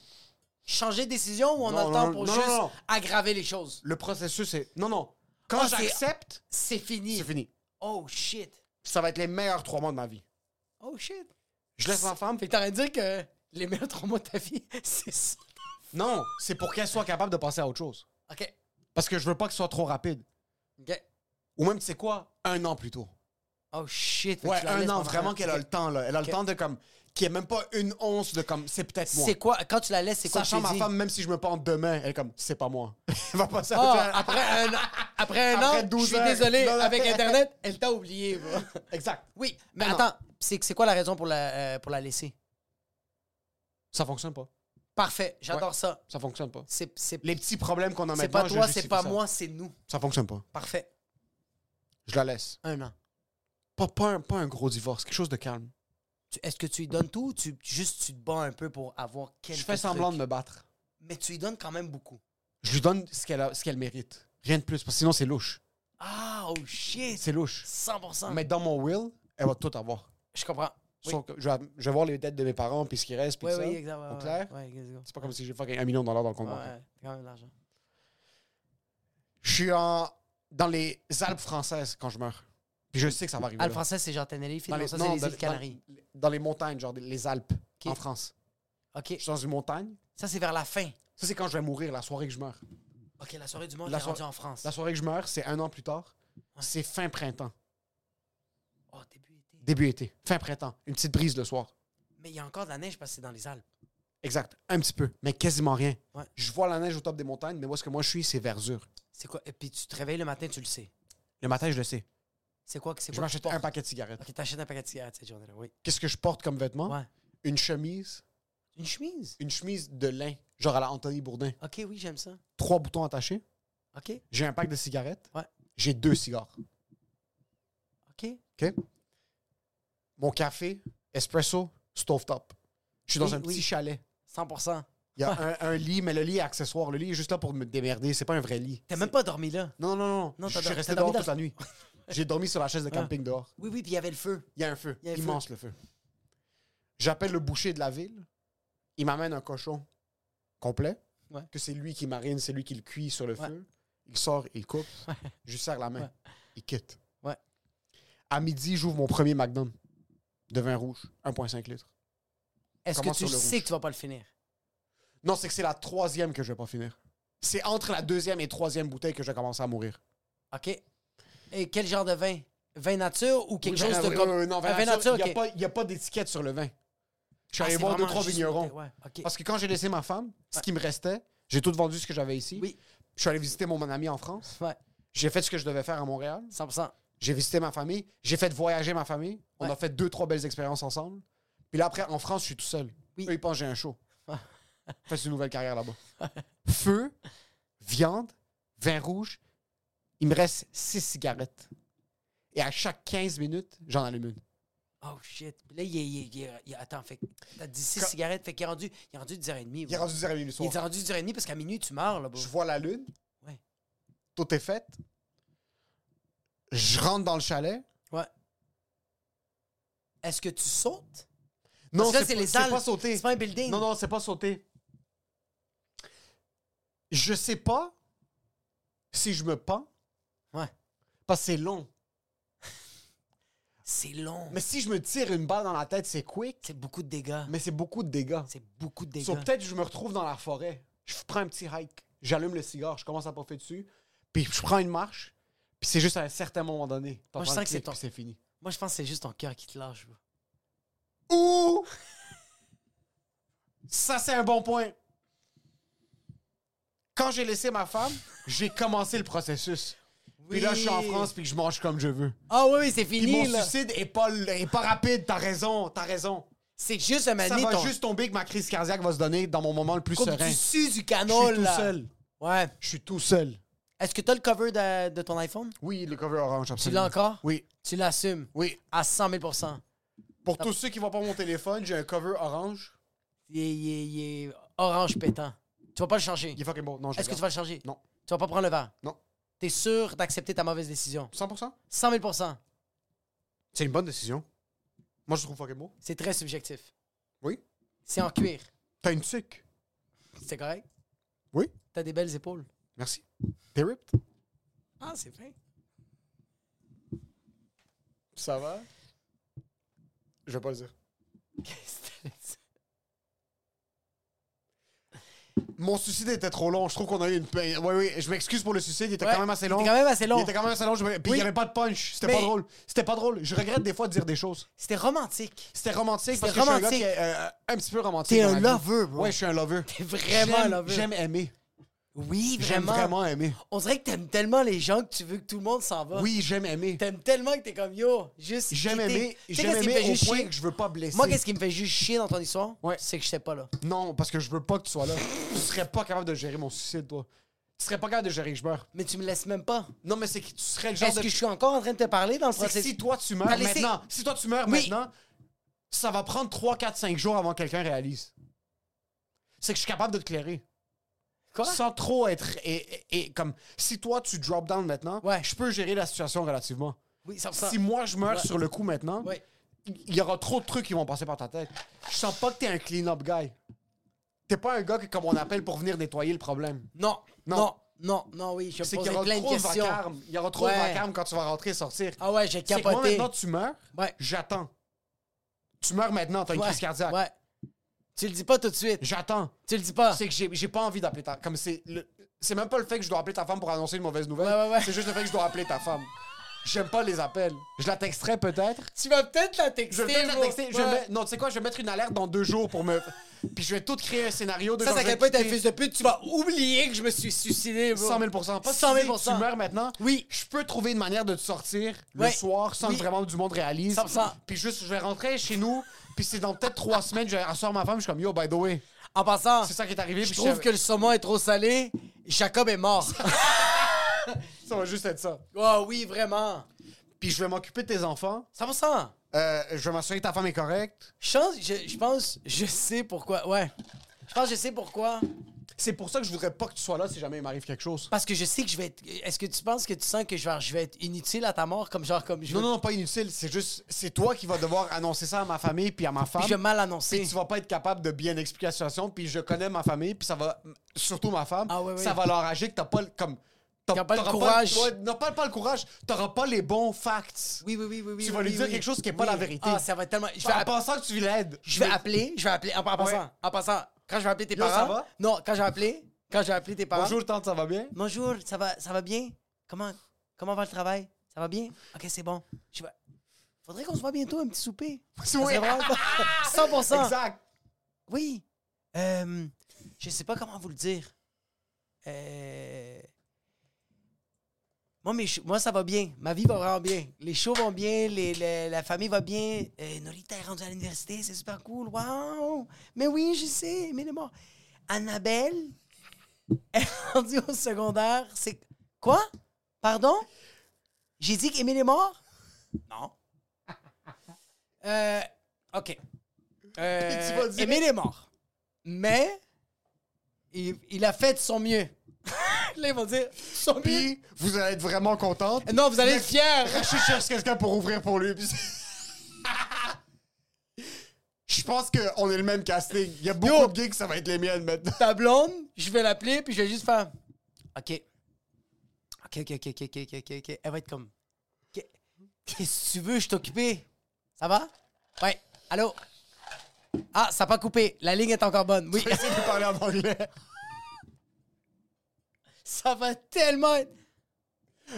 [SPEAKER 2] changer de décision ou on a
[SPEAKER 3] Non,
[SPEAKER 2] le temps
[SPEAKER 3] non,
[SPEAKER 2] pour
[SPEAKER 3] non,
[SPEAKER 2] juste
[SPEAKER 3] non, non.
[SPEAKER 2] aggraver les choses?
[SPEAKER 3] Le processus, c'est... Non, non. Quand
[SPEAKER 2] Ah, c'est-
[SPEAKER 3] j'accepte,
[SPEAKER 2] C'est fini.
[SPEAKER 3] c'est fini.
[SPEAKER 2] Oh shit.
[SPEAKER 3] Ça va être les meilleurs trois mois de ma vie.
[SPEAKER 2] Oh shit.
[SPEAKER 3] Je laisse ma femme.
[SPEAKER 2] Fait que t'as rien dire que les meilleurs trois mois de ta vie, c'est ça.
[SPEAKER 3] Non, c'est pour qu'elle soit capable de passer à autre chose.
[SPEAKER 2] Ok.
[SPEAKER 3] Parce que je veux pas que ce soit trop rapide.
[SPEAKER 2] Ok.
[SPEAKER 3] Ou même, tu sais quoi, un an plus tôt.
[SPEAKER 2] Oh shit. Fait que
[SPEAKER 3] Ouais,
[SPEAKER 2] tu la
[SPEAKER 3] un
[SPEAKER 2] laisses
[SPEAKER 3] an,
[SPEAKER 2] pendant-
[SPEAKER 3] vraiment qu'elle a
[SPEAKER 2] Ok.
[SPEAKER 3] le temps, là. Elle a
[SPEAKER 2] Ok.
[SPEAKER 3] le temps de comme. Qu'il n'y ait même pas une once de comme, c'est peut-être moi.
[SPEAKER 2] C'est quoi, quand tu la laisses, c'est quoi que
[SPEAKER 3] Sachant
[SPEAKER 2] tu
[SPEAKER 3] ma
[SPEAKER 2] dis?
[SPEAKER 3] femme, même si je me pends demain, elle est comme, c'est pas moi. elle va passer à autre
[SPEAKER 2] Ah,
[SPEAKER 3] chose.
[SPEAKER 2] après un an, après un
[SPEAKER 3] Après
[SPEAKER 2] an,
[SPEAKER 3] 12
[SPEAKER 2] je suis
[SPEAKER 3] heures.
[SPEAKER 2] désolé,
[SPEAKER 3] Non, non.
[SPEAKER 2] avec Internet, elle t'a oublié. bro.
[SPEAKER 3] Exact.
[SPEAKER 2] Oui, mais
[SPEAKER 3] Non.
[SPEAKER 2] attends, c'est c'est quoi la raison pour la, euh, pour la laisser?
[SPEAKER 3] Ça fonctionne pas.
[SPEAKER 2] Parfait, j'adore
[SPEAKER 3] Ouais.
[SPEAKER 2] ça.
[SPEAKER 3] Ça fonctionne pas.
[SPEAKER 2] C'est c'est-
[SPEAKER 3] Les petits problèmes qu'on a
[SPEAKER 2] c'est
[SPEAKER 3] maintenant.
[SPEAKER 2] pas
[SPEAKER 3] je
[SPEAKER 2] toi, c'est
[SPEAKER 3] justifie
[SPEAKER 2] pas
[SPEAKER 3] ça.
[SPEAKER 2] moi, c'est nous.
[SPEAKER 3] Ça fonctionne pas.
[SPEAKER 2] Parfait,
[SPEAKER 3] Je la laisse.
[SPEAKER 2] un an.
[SPEAKER 3] Pas, pas, un, pas un gros divorce, quelque chose de calme.
[SPEAKER 2] Tu- Est-ce que tu lui donnes tout ou tu, juste tu te bats un peu pour avoir quelques
[SPEAKER 3] je fais semblant
[SPEAKER 2] trucs?
[SPEAKER 3] de me battre.
[SPEAKER 2] Mais tu lui donnes quand même beaucoup.
[SPEAKER 3] Je lui donne ce qu'elle a- ce qu'elle mérite. Rien de plus, parce que sinon, c'est louche.
[SPEAKER 2] Ah, oh shit!
[SPEAKER 3] C'est louche.
[SPEAKER 2] 100%.
[SPEAKER 3] Mais dans mon will, elle va tout avoir.
[SPEAKER 2] Je comprends. Ah. Oui,
[SPEAKER 3] Sauf que je, vais, je vais voir les dettes de mes parents, puis ce qui reste, puis
[SPEAKER 2] oui,
[SPEAKER 3] tout
[SPEAKER 2] oui,
[SPEAKER 3] ça.
[SPEAKER 2] exact. ouais,
[SPEAKER 3] hein? Au
[SPEAKER 2] ouais,
[SPEAKER 3] clair?
[SPEAKER 2] Ouais, let's go.
[SPEAKER 3] C'est pas comme si j'ai fucking un million de dollars dans le compte.
[SPEAKER 2] Ouais,
[SPEAKER 3] bancaire.
[SPEAKER 2] ouais, t'as quand même de l'argent.
[SPEAKER 3] Je suis en, dans les Alpes françaises quand je meurs. Puis je sais que ça va arriver.
[SPEAKER 2] Ah, le
[SPEAKER 3] là.
[SPEAKER 2] français, c'est genre Tenerife.
[SPEAKER 3] Dans
[SPEAKER 2] non,
[SPEAKER 3] les-
[SPEAKER 2] ça,
[SPEAKER 3] non,
[SPEAKER 2] c'est les
[SPEAKER 3] dans-
[SPEAKER 2] îles Canaries.
[SPEAKER 3] Dans, dans les montagnes, genre les Alpes, en France.
[SPEAKER 2] OK.
[SPEAKER 3] Je suis dans une montagne.
[SPEAKER 2] Ça, c'est vers la fin.
[SPEAKER 3] Ça, c'est quand je vais mourir, la soirée que je meurs.
[SPEAKER 2] OK, la soirée du monde,
[SPEAKER 3] La
[SPEAKER 2] est rendue
[SPEAKER 3] soir-
[SPEAKER 2] en France.
[SPEAKER 3] La soirée que je meurs, c'est un an plus tard.
[SPEAKER 2] Ouais.
[SPEAKER 3] C'est fin printemps,
[SPEAKER 2] Oh, début été.
[SPEAKER 3] début été. Fin printemps, une petite brise le soir.
[SPEAKER 2] Mais il y a encore de la neige parce que c'est dans les Alpes.
[SPEAKER 3] Exact, un petit peu, mais quasiment rien.
[SPEAKER 2] Ouais.
[SPEAKER 3] Je vois la neige au top des montagnes, mais moi, ce que moi je suis, c'est verdure.
[SPEAKER 2] C'est quoi? Et puis tu te réveilles le matin, tu le sais.
[SPEAKER 3] Le matin, je le sais.
[SPEAKER 2] C'est quoi que c'est
[SPEAKER 3] Je
[SPEAKER 2] quoi que tu
[SPEAKER 3] m'achète un
[SPEAKER 2] portes?
[SPEAKER 3] paquet de cigarettes.
[SPEAKER 2] OK, t'achètes un paquet de cigarettes cette journée-là, oui.
[SPEAKER 3] Qu'est-ce que je porte comme vêtement
[SPEAKER 2] Ouais.
[SPEAKER 3] Une chemise,
[SPEAKER 2] Une chemise?
[SPEAKER 3] une chemise de lin, genre à la Anthony Bourdin.
[SPEAKER 2] OK, oui, j'aime ça.
[SPEAKER 3] Trois boutons attachés.
[SPEAKER 2] OK,
[SPEAKER 3] J'ai un pack de cigarettes.
[SPEAKER 2] Ouais.
[SPEAKER 3] J'ai deux cigares.
[SPEAKER 2] OK.
[SPEAKER 3] OK? Mon café, espresso, stovetop. Je suis dans
[SPEAKER 2] Oui,
[SPEAKER 3] un petit
[SPEAKER 2] oui.
[SPEAKER 3] chalet.
[SPEAKER 2] 100
[SPEAKER 3] Il y a un, un lit, mais le lit est accessoire. Le lit est juste là pour me démerder. C'est pas un vrai lit.
[SPEAKER 2] T'as même pas dormi là.
[SPEAKER 3] Non, non, non.
[SPEAKER 2] Non,
[SPEAKER 3] je
[SPEAKER 2] t'as
[SPEAKER 3] suis
[SPEAKER 2] dor-
[SPEAKER 3] resté
[SPEAKER 2] t'as dormi
[SPEAKER 3] dehors
[SPEAKER 2] dans-
[SPEAKER 3] toute la nuit. J'ai dormi sur la chaise de camping dehors.
[SPEAKER 2] Oui, oui, puis il y avait le feu.
[SPEAKER 3] Il y a un feu.
[SPEAKER 2] Il y a un feu.
[SPEAKER 3] immense, le feu. J'appelle le boucher de la ville. Il m'amène un cochon complet.
[SPEAKER 2] Ouais.
[SPEAKER 3] Que c'est lui qui marine, c'est lui qui le cuit sur le
[SPEAKER 2] Ouais.
[SPEAKER 3] feu. Il sort, il coupe.
[SPEAKER 2] Ouais.
[SPEAKER 3] Je lui serre la main.
[SPEAKER 2] Ouais.
[SPEAKER 3] Il quitte.
[SPEAKER 2] Ouais.
[SPEAKER 3] À midi, j'ouvre mon premier Magnum de vin rouge, 1,5 litres.
[SPEAKER 2] Est-ce que
[SPEAKER 3] Commence
[SPEAKER 2] tu
[SPEAKER 3] sur le
[SPEAKER 2] sais
[SPEAKER 3] rouge.
[SPEAKER 2] que tu vas pas le finir?
[SPEAKER 3] Non, c'est que c'est la troisième que je vais pas finir. C'est entre la deuxième et troisième bouteille que je vais commencer à mourir.
[SPEAKER 2] OK. Et quel genre de vin? Vin nature ou quelque
[SPEAKER 3] Oui,
[SPEAKER 2] chose
[SPEAKER 3] vin-
[SPEAKER 2] de
[SPEAKER 3] oui,
[SPEAKER 2] comme.
[SPEAKER 3] oui, oui, non, vin
[SPEAKER 2] un vin
[SPEAKER 3] nature,
[SPEAKER 2] nature,
[SPEAKER 3] il y a
[SPEAKER 2] OK.
[SPEAKER 3] pas- Il n'y a pas d'étiquette sur le vin. Je suis
[SPEAKER 2] Ah,
[SPEAKER 3] allé
[SPEAKER 2] c'est
[SPEAKER 3] voir deux,
[SPEAKER 2] vraiment
[SPEAKER 3] trois
[SPEAKER 2] juste
[SPEAKER 3] vignerons.
[SPEAKER 2] bouteille, ouais, OK.
[SPEAKER 3] Parce que quand j'ai laissé ma femme, ce qui me restait, j'ai tout vendu ce que j'avais ici.
[SPEAKER 2] Oui.
[SPEAKER 3] Je suis allé visiter mon ami en France.
[SPEAKER 2] Ouais,
[SPEAKER 3] J'ai fait ce que je devais faire à Montréal.
[SPEAKER 2] 100
[SPEAKER 3] J'ai visité ma famille. J'ai fait voyager ma famille. On
[SPEAKER 2] Ouais.
[SPEAKER 3] a fait deux, trois belles expériences ensemble. Puis là, après, en France, je suis tout seul.
[SPEAKER 2] Oui.
[SPEAKER 3] Eux, ils pensent que j'ai un show. Fais une nouvelle carrière là-bas. Feu, viande, vin rouge. Il me reste six cigarettes. Et à chaque 15 minutes, j'en allume une.
[SPEAKER 2] Oh shit. Puis Là, il est. il est- il est- il est- attends, fait que t'as 16
[SPEAKER 3] Quand-
[SPEAKER 2] cigarettes, fait qu'il est rendu, il est rendu 10h30. bro.
[SPEAKER 3] 10h30 le
[SPEAKER 2] Il est rendu 10h30 parce qu'à minuit, tu meurs, là, bro.
[SPEAKER 3] Je vois la lune.
[SPEAKER 2] Ouais.
[SPEAKER 3] Tout est fait. Je rentre dans le chalet.
[SPEAKER 2] Ouais. Est-ce que tu sautes?
[SPEAKER 3] Non,
[SPEAKER 2] Parce que là,
[SPEAKER 3] c'est
[SPEAKER 2] c'est
[SPEAKER 3] pas,
[SPEAKER 2] les
[SPEAKER 3] c'est
[SPEAKER 2] Alpes.
[SPEAKER 3] pas sauter.
[SPEAKER 2] C'est pas un building.
[SPEAKER 3] Non, non, c'est pas sauter. Je sais pas si je me pends
[SPEAKER 2] Ouais.
[SPEAKER 3] parce que c'est long.
[SPEAKER 2] C'est long.
[SPEAKER 3] Mais si je me tire une balle dans la tête, c'est quick.
[SPEAKER 2] C'est beaucoup de dégâts.
[SPEAKER 3] Mais c'est beaucoup de dégâts.
[SPEAKER 2] C'est beaucoup de dégâts.
[SPEAKER 3] Sauf peut-être que je me retrouve dans la forêt. Je prends un petit hike. J'allume le cigare. Je commence à poffer dessus. Puis je prends une marche. Puis c'est juste à un certain moment donné.
[SPEAKER 2] Moi, je
[SPEAKER 3] t'entends
[SPEAKER 2] sens
[SPEAKER 3] le
[SPEAKER 2] que c'est
[SPEAKER 3] clic,
[SPEAKER 2] ton-
[SPEAKER 3] puis c'est fini.
[SPEAKER 2] Moi, je pense que c'est juste ton cœur qui te lâche, bro.
[SPEAKER 3] ou ça, c'est un bon point. Quand j'ai laissé ma femme, j'ai commencé le processus. Puis là, je suis en France, puis je mange comme je veux.
[SPEAKER 2] Ah oui, oui, c'est
[SPEAKER 3] Puis mon
[SPEAKER 2] fini, là.
[SPEAKER 3] suicide est pas, est pas rapide, t'as raison, t'as raison.
[SPEAKER 2] C'est juste un
[SPEAKER 3] Ça
[SPEAKER 2] mané,
[SPEAKER 3] va
[SPEAKER 2] ton...
[SPEAKER 3] juste tomber que ma crise cardiaque va se donner dans mon moment le plus
[SPEAKER 2] Comme
[SPEAKER 3] serein.
[SPEAKER 2] tu sues du
[SPEAKER 3] Je suis
[SPEAKER 2] canol,
[SPEAKER 3] tout
[SPEAKER 2] là.
[SPEAKER 3] seul.
[SPEAKER 2] Ouais.
[SPEAKER 3] Je suis tout seul.
[SPEAKER 2] Est-ce que t'as le cover de, de ton iPhone?
[SPEAKER 3] Oui, le cover orange,
[SPEAKER 2] Tu
[SPEAKER 3] absolument.
[SPEAKER 2] l'as encore?
[SPEAKER 3] Oui.
[SPEAKER 2] Tu l'assumes?
[SPEAKER 3] Oui.
[SPEAKER 2] À 100 000 Ah.
[SPEAKER 3] Pour tous ceux qui voient pas mon téléphone, j'ai un cover orange.
[SPEAKER 2] Il est, il est- il est orange pétant. Tu vas pas le changer.
[SPEAKER 3] Il est fucking beau. Non, je
[SPEAKER 2] Est-ce que tu vas le changer?
[SPEAKER 3] Non.
[SPEAKER 2] Tu vas pas prendre le verre?
[SPEAKER 3] Non.
[SPEAKER 2] T'es sûr d'accepter ta mauvaise décision?
[SPEAKER 3] 100%?
[SPEAKER 2] 100 000
[SPEAKER 3] C'est une bonne décision. Moi, je trouve fucking beau.
[SPEAKER 2] C'est très subjectif.
[SPEAKER 3] Oui.
[SPEAKER 2] C'est en cuir.
[SPEAKER 3] T'as une tuque.
[SPEAKER 2] C'est correct?
[SPEAKER 3] Oui.
[SPEAKER 2] T'as des belles épaules.
[SPEAKER 3] Merci. T'es ripped?
[SPEAKER 2] Ah, c'est vrai.
[SPEAKER 3] Ça va? Je vais pas le dire. Mon suicide était trop long. Je trouve qu'on a eu une. Oui, oui, je m'excuse pour le suicide. Il était
[SPEAKER 2] Ouais,
[SPEAKER 3] quand même assez long.
[SPEAKER 2] il était quand même assez long.
[SPEAKER 3] Il était quand même assez long. Je me- Puis
[SPEAKER 2] Oui.
[SPEAKER 3] il n'y avait pas de punch. C'était
[SPEAKER 2] Mais-
[SPEAKER 3] pas drôle. C'était pas drôle. Je regrette des fois de dire des choses.
[SPEAKER 2] C'était romantique.
[SPEAKER 3] C'était romantique parce que
[SPEAKER 2] C'était
[SPEAKER 3] je suis un
[SPEAKER 2] romantique.
[SPEAKER 3] gars qui est euh, un petit peu romantique.
[SPEAKER 2] T'es
[SPEAKER 3] dans
[SPEAKER 2] un
[SPEAKER 3] la vie.
[SPEAKER 2] lover, bro.
[SPEAKER 3] Ouais, je suis un lover.
[SPEAKER 2] T'es vraiment
[SPEAKER 3] J'aime-
[SPEAKER 2] un lover.
[SPEAKER 3] J'aime aimer.
[SPEAKER 2] Oui,
[SPEAKER 3] J'aime
[SPEAKER 2] vraiment.
[SPEAKER 3] vraiment aimer.
[SPEAKER 2] On dirait que t'aimes tellement les gens que tu veux que tout le monde s'en va.
[SPEAKER 3] Oui, j'aime aimer.
[SPEAKER 2] T'aimes tellement que t'es comme yo, juste.
[SPEAKER 3] J'aime
[SPEAKER 2] quitter.
[SPEAKER 3] aimer.
[SPEAKER 2] Tu sais
[SPEAKER 3] J'aime
[SPEAKER 2] qu'est-ce qui me
[SPEAKER 3] aimer
[SPEAKER 2] fait
[SPEAKER 3] au
[SPEAKER 2] juste
[SPEAKER 3] point
[SPEAKER 2] chier?
[SPEAKER 3] que je veux pas blesser.
[SPEAKER 2] Moi, qu'est-ce qui me fait juste chier dans ton histoire?
[SPEAKER 3] Ouais.
[SPEAKER 2] C'est que j'étais pas là.
[SPEAKER 3] Non, parce que je veux pas que tu sois là. tu serais pas capable de gérer mon suicide, toi. Tu serais pas capable de gérer que je meurs.
[SPEAKER 2] Mais tu me laisses même pas.
[SPEAKER 3] Non, mais c'est que tu serais le genre
[SPEAKER 2] Est-ce
[SPEAKER 3] de.
[SPEAKER 2] que je suis encore en train de te parler dans le
[SPEAKER 3] C'est que
[SPEAKER 2] processus?
[SPEAKER 3] si toi tu meurs
[SPEAKER 2] T'as laissé-
[SPEAKER 3] maintenant, si toi tu meurs
[SPEAKER 2] Oui.
[SPEAKER 3] maintenant, ça va prendre 3, 4, 5 jours avant que quelqu'un réalise. C'est que je suis capable de te clairer.
[SPEAKER 2] Quoi?
[SPEAKER 3] Sans trop être. Et, et- et comme si toi tu drop down maintenant,
[SPEAKER 2] Ouais.
[SPEAKER 3] je peux gérer la situation relativement.
[SPEAKER 2] Oui, ça ça-
[SPEAKER 3] Si moi je meurs
[SPEAKER 2] Ouais.
[SPEAKER 3] sur le coup maintenant,
[SPEAKER 2] Ouais.
[SPEAKER 3] il y aura trop de trucs qui vont passer par ta tête. Je sens pas que t'es un clean-up guy. T'es pas un gars que, comme on appelle pour venir nettoyer le problème.
[SPEAKER 2] Non.
[SPEAKER 3] Non.
[SPEAKER 2] Non. Non, non, oui, je vais
[SPEAKER 3] C'est qu'il y
[SPEAKER 2] poser
[SPEAKER 3] aura
[SPEAKER 2] plein de
[SPEAKER 3] trop de
[SPEAKER 2] questions.
[SPEAKER 3] vacarme. Il y aura trop de
[SPEAKER 2] Ouais.
[SPEAKER 3] vacarme quand tu vas rentrer et sortir.
[SPEAKER 2] Ah ouais, j'ai
[SPEAKER 3] C'est que moi,
[SPEAKER 2] capoté.
[SPEAKER 3] maintenant, tu meurs,
[SPEAKER 2] Ouais.
[SPEAKER 3] j'attends. Tu meurs maintenant, t'as une
[SPEAKER 2] Ouais,
[SPEAKER 3] crise cardiaque.
[SPEAKER 2] Ouais. Ah. Tu le dis pas tout de suite.
[SPEAKER 3] J'attends.
[SPEAKER 2] Tu le dis pas.
[SPEAKER 3] C'est que j'ai j'ai pas envie d'appeler ta... Comme c'est... le- C'est même pas le fait que je dois appeler ta femme pour annoncer une mauvaise nouvelle.
[SPEAKER 2] Ouais, ouais, ouais.
[SPEAKER 3] C'est juste le fait que je dois appeler ta femme. J'aime pas les appels. Je la texterai peut-être.
[SPEAKER 2] Tu vas peut-être la
[SPEAKER 3] Je
[SPEAKER 2] texter.
[SPEAKER 3] vais peut-être la
[SPEAKER 2] bro.
[SPEAKER 3] texter. Je vais
[SPEAKER 2] Ouais.
[SPEAKER 3] mettre- Non, tu sais quoi, je vais mettre une alerte dans deux jours pour me... Puis je vais tout créer un scénario de
[SPEAKER 2] Ça,
[SPEAKER 3] genre,
[SPEAKER 2] ça
[SPEAKER 3] je vais
[SPEAKER 2] fait pas être un
[SPEAKER 3] quitter
[SPEAKER 2] fils de pute. Tu vas oublier que je me suis suicidé, bro.
[SPEAKER 3] 100 000 Pas
[SPEAKER 2] 100 000
[SPEAKER 3] si tu dis, tu meurs maintenant.
[SPEAKER 2] Oui.
[SPEAKER 3] Je peux trouver une manière de te sortir le
[SPEAKER 2] Ouais.
[SPEAKER 3] soir sans
[SPEAKER 2] Oui.
[SPEAKER 3] que vraiment du monde réalise.
[SPEAKER 2] 100%.
[SPEAKER 3] Puis juste, je vais rentrer chez nous. Puis c'est dans peut-être trois semaines, je vais asseoir ma femme. Je suis comme, yo, by the way.
[SPEAKER 2] En passant,
[SPEAKER 3] C'est ça qui est arrivé.
[SPEAKER 2] Ah. je
[SPEAKER 3] puis
[SPEAKER 2] trouve que le saumon est trop salé. Jacob est mort.
[SPEAKER 3] Ça va juste être ça.
[SPEAKER 2] oh oui, vraiment.
[SPEAKER 3] Puis je vais m'occuper de tes enfants.
[SPEAKER 2] 100%.
[SPEAKER 3] Euh, je vais m'assurer que ta femme est correcte.
[SPEAKER 2] Je pense, je, je pense, je sais pourquoi. Ouais. Je pense, que je sais pourquoi.
[SPEAKER 3] C'est pour ça que je voudrais pas que tu sois là si jamais il m'arrive quelque chose.
[SPEAKER 2] Parce que je sais que je vais être. Est-ce que tu penses que tu sens que genre, je vais être inutile à ta mort, comme genre comme je.
[SPEAKER 3] Non,
[SPEAKER 2] vais-
[SPEAKER 3] non, non, pas inutile. C'est juste, c'est toi qui vas devoir annoncer ça à ma famille puis à ma femme.
[SPEAKER 2] Puis je vais mal
[SPEAKER 3] Puis
[SPEAKER 2] annoncer.
[SPEAKER 3] tu vas pas être capable de bien expliquer la situation. Puis je connais ma famille, puis ça va. Surtout ma femme.
[SPEAKER 2] Ah ouais, ouais.
[SPEAKER 3] Ça va leur agir que t'as pas le- comme. t'as-
[SPEAKER 2] T'as pas le
[SPEAKER 3] t'auras
[SPEAKER 2] courage.
[SPEAKER 3] ouais, non, pas, pas le courage. T'auras pas les bons facts.
[SPEAKER 2] Oui, oui, oui, oui, oui.
[SPEAKER 3] Tu vas
[SPEAKER 2] oui,
[SPEAKER 3] lui
[SPEAKER 2] oui,
[SPEAKER 3] dire
[SPEAKER 2] oui.
[SPEAKER 3] quelque chose qui est pas
[SPEAKER 2] Oui.
[SPEAKER 3] la vérité.
[SPEAKER 2] Ah, ça va être tellement. Je vais,
[SPEAKER 3] en
[SPEAKER 2] app-
[SPEAKER 3] pensant que tu l'aides.
[SPEAKER 2] je vais appeler. Je vais appeler. En, en passant.
[SPEAKER 3] Ouais.
[SPEAKER 2] En passant. Quand je vais appeler tes
[SPEAKER 3] Yo, ça
[SPEAKER 2] parents.
[SPEAKER 3] va?
[SPEAKER 2] Non, quand je vais appeler. Quand je vais appeler tes parents.
[SPEAKER 3] Bonjour, tante, ça va bien?
[SPEAKER 2] Bonjour, ça va, ça va bien? Comment, comment va le travail? Ça va bien? Ok, c'est bon. Je vais- Faudrait qu'on se voit bientôt un petit souper. Ça serait vraiment bon. 100%.
[SPEAKER 3] Exact.
[SPEAKER 2] Oui. Euh, je sais pas comment vous le dire. Euh, Moi, mes ch- moi, ça va bien. Ma vie va vraiment bien. Les shows vont bien. les- les- la famille va bien. Euh, Norita est rendue à l'université. C'est super cool. Waouh! Mais oui, je sais. Mais moi, Annabelle est rendue au secondaire. C'est. Quoi? Pardon? J'ai dit qu'Émile est mort? Non. Euh, OK. Euh,
[SPEAKER 3] Et tu vas dire-
[SPEAKER 2] Émile est mort. Mais il, il a fait de son mieux. Là, ils vont dire son mieux.
[SPEAKER 3] Puis vous allez être vraiment contente.
[SPEAKER 2] Non, vous allez être fiers.
[SPEAKER 3] Je cherche quelqu'un pour ouvrir pour lui. Puis- Je pense qu'on est le même casting. Il y a beaucoup
[SPEAKER 2] Yo.
[SPEAKER 3] de gigs, ça va être les miennes maintenant.
[SPEAKER 2] Ta blonde, je vais l'appeler, puis je vais juste faire. OK. OK, OK, OK, OK, OK, OK, OK, OK. Elle va être comme. Qu'est- Qu'est-ce que tu veux? Je t'occuper. Ça va? Ouais. Allô? Ah, ça n'a pas coupé. La ligne est encore bonne. Oui.
[SPEAKER 3] Essayez de parler en anglais.
[SPEAKER 2] ça va tellement être.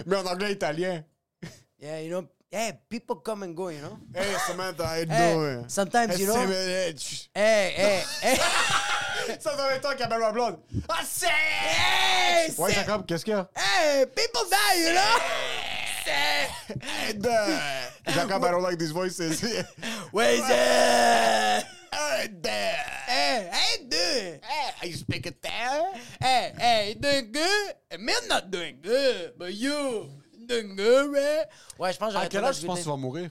[SPEAKER 3] Mais en anglais italien.
[SPEAKER 2] Yeah, you know, Hey, people come and go, you know?
[SPEAKER 3] Hey, Samantha, how you
[SPEAKER 2] Hey,
[SPEAKER 3] doing?
[SPEAKER 2] sometimes, you know-
[SPEAKER 3] hein. Hey, Sam-
[SPEAKER 2] Hey, hey, hey!
[SPEAKER 3] hey, Ça, c'est en même temps qu'il appelle ma blonde. Ah,
[SPEAKER 2] I say, hey!
[SPEAKER 3] Ouais,
[SPEAKER 2] say-
[SPEAKER 3] Jacob, qu'est-ce qu'il y a?
[SPEAKER 2] Hey,
[SPEAKER 3] Oh,
[SPEAKER 2] people
[SPEAKER 3] ben,
[SPEAKER 2] die, you know? Say-
[SPEAKER 3] Hey, there. Jacob, I don't like these voices.
[SPEAKER 2] Where is it?
[SPEAKER 3] Hey, there.
[SPEAKER 7] Hey, how you doing?
[SPEAKER 3] Hey, I speak it there.
[SPEAKER 7] Hey, hey, you doing good? And me, I'm not doing good, but you, doing good, right?
[SPEAKER 2] Ouais, je pense que j'aurais
[SPEAKER 3] À quel
[SPEAKER 2] pas
[SPEAKER 3] âge tu penses que tu
[SPEAKER 2] d'ambiguïté.
[SPEAKER 3] vas mourir?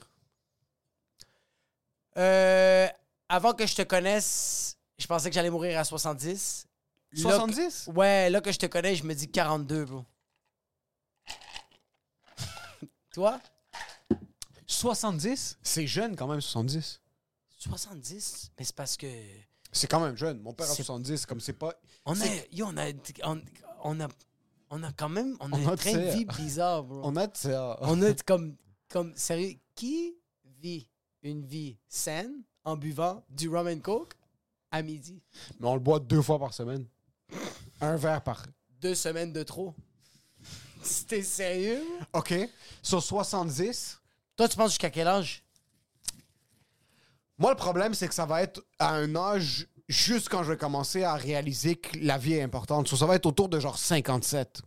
[SPEAKER 2] Euh, avant que je te connaisse, je pensais que j'allais mourir à 70. Là que-
[SPEAKER 3] 70?
[SPEAKER 2] ouais, là que je te connais, je me dis 42, bro. Toi?
[SPEAKER 3] 70? C'est jeune quand même, 70.
[SPEAKER 2] 70? Mais c'est parce que...
[SPEAKER 3] C'est quand même jeune. Mon père a
[SPEAKER 2] C'est-
[SPEAKER 3] 70, comme c'est pas...
[SPEAKER 2] On a...
[SPEAKER 3] C'est-
[SPEAKER 2] Yo, on a... On, on a... On a quand même... On a
[SPEAKER 3] On a
[SPEAKER 2] un train de
[SPEAKER 3] tiré.
[SPEAKER 2] vie bizarre, bro.
[SPEAKER 3] On a... de ça.
[SPEAKER 2] On a comme, comme, sérieux, qui vit une vie saine en buvant du rum and coke à midi?
[SPEAKER 3] Mais on le boit deux fois par semaine. Un verre par...
[SPEAKER 2] Deux semaines de trop. Si t'es sérieux? là?
[SPEAKER 3] OK. Sur 70...
[SPEAKER 2] Toi, tu penses jusqu'à quel âge?
[SPEAKER 3] Moi, le problème, c'est que ça va être à un âge juste quand je vais commencer à réaliser que la vie est importante. So, ça va être autour de genre 57.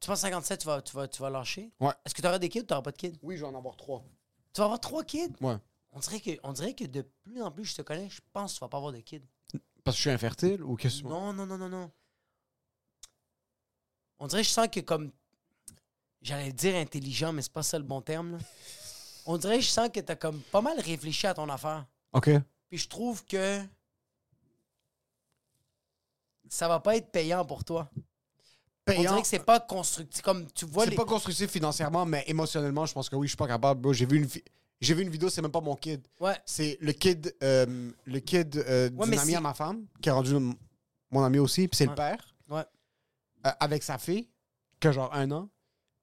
[SPEAKER 2] Tu penses 57, tu vas, tu vas, tu vas lâcher?
[SPEAKER 3] Ouais.
[SPEAKER 2] Est-ce que t'auras des kids ou t'auras pas de kids?
[SPEAKER 3] Oui, je vais en avoir trois.
[SPEAKER 2] Tu vas avoir trois kids?
[SPEAKER 3] Ouais.
[SPEAKER 2] On dirait, que, on dirait que de plus en plus je te connais, je pense que tu vas pas avoir de kids.
[SPEAKER 3] Parce que je suis infertile ou qu'est-ce que...
[SPEAKER 2] Non, non, non, non, non. On dirait que je sens que comme. J'allais dire intelligent, mais c'est pas ça le bon terme. là. On dirait que je sens que t'as comme pas mal réfléchi à ton affaire.
[SPEAKER 3] OK.
[SPEAKER 2] Puis je trouve que. Ça va pas être payant pour toi. On
[SPEAKER 3] Payant.
[SPEAKER 2] dirait que c'est pas constructif. Comme tu vois
[SPEAKER 3] C'est
[SPEAKER 2] les.
[SPEAKER 3] pas constructif financièrement, mais émotionnellement, je pense que oui, je suis pas capable. bro. J'ai vu une vi- j'ai vu une vidéo, c'est même pas mon kid.
[SPEAKER 2] Ouais.
[SPEAKER 3] C'est le kid, euh, le kid euh,
[SPEAKER 2] Ouais,
[SPEAKER 3] d'une
[SPEAKER 2] mais
[SPEAKER 3] amie
[SPEAKER 2] si-
[SPEAKER 3] à ma femme, qui a rendu m- mon ami aussi, puis c'est
[SPEAKER 2] Ouais.
[SPEAKER 3] le père,
[SPEAKER 2] Ouais.
[SPEAKER 3] euh, avec sa fille, qui a genre un an.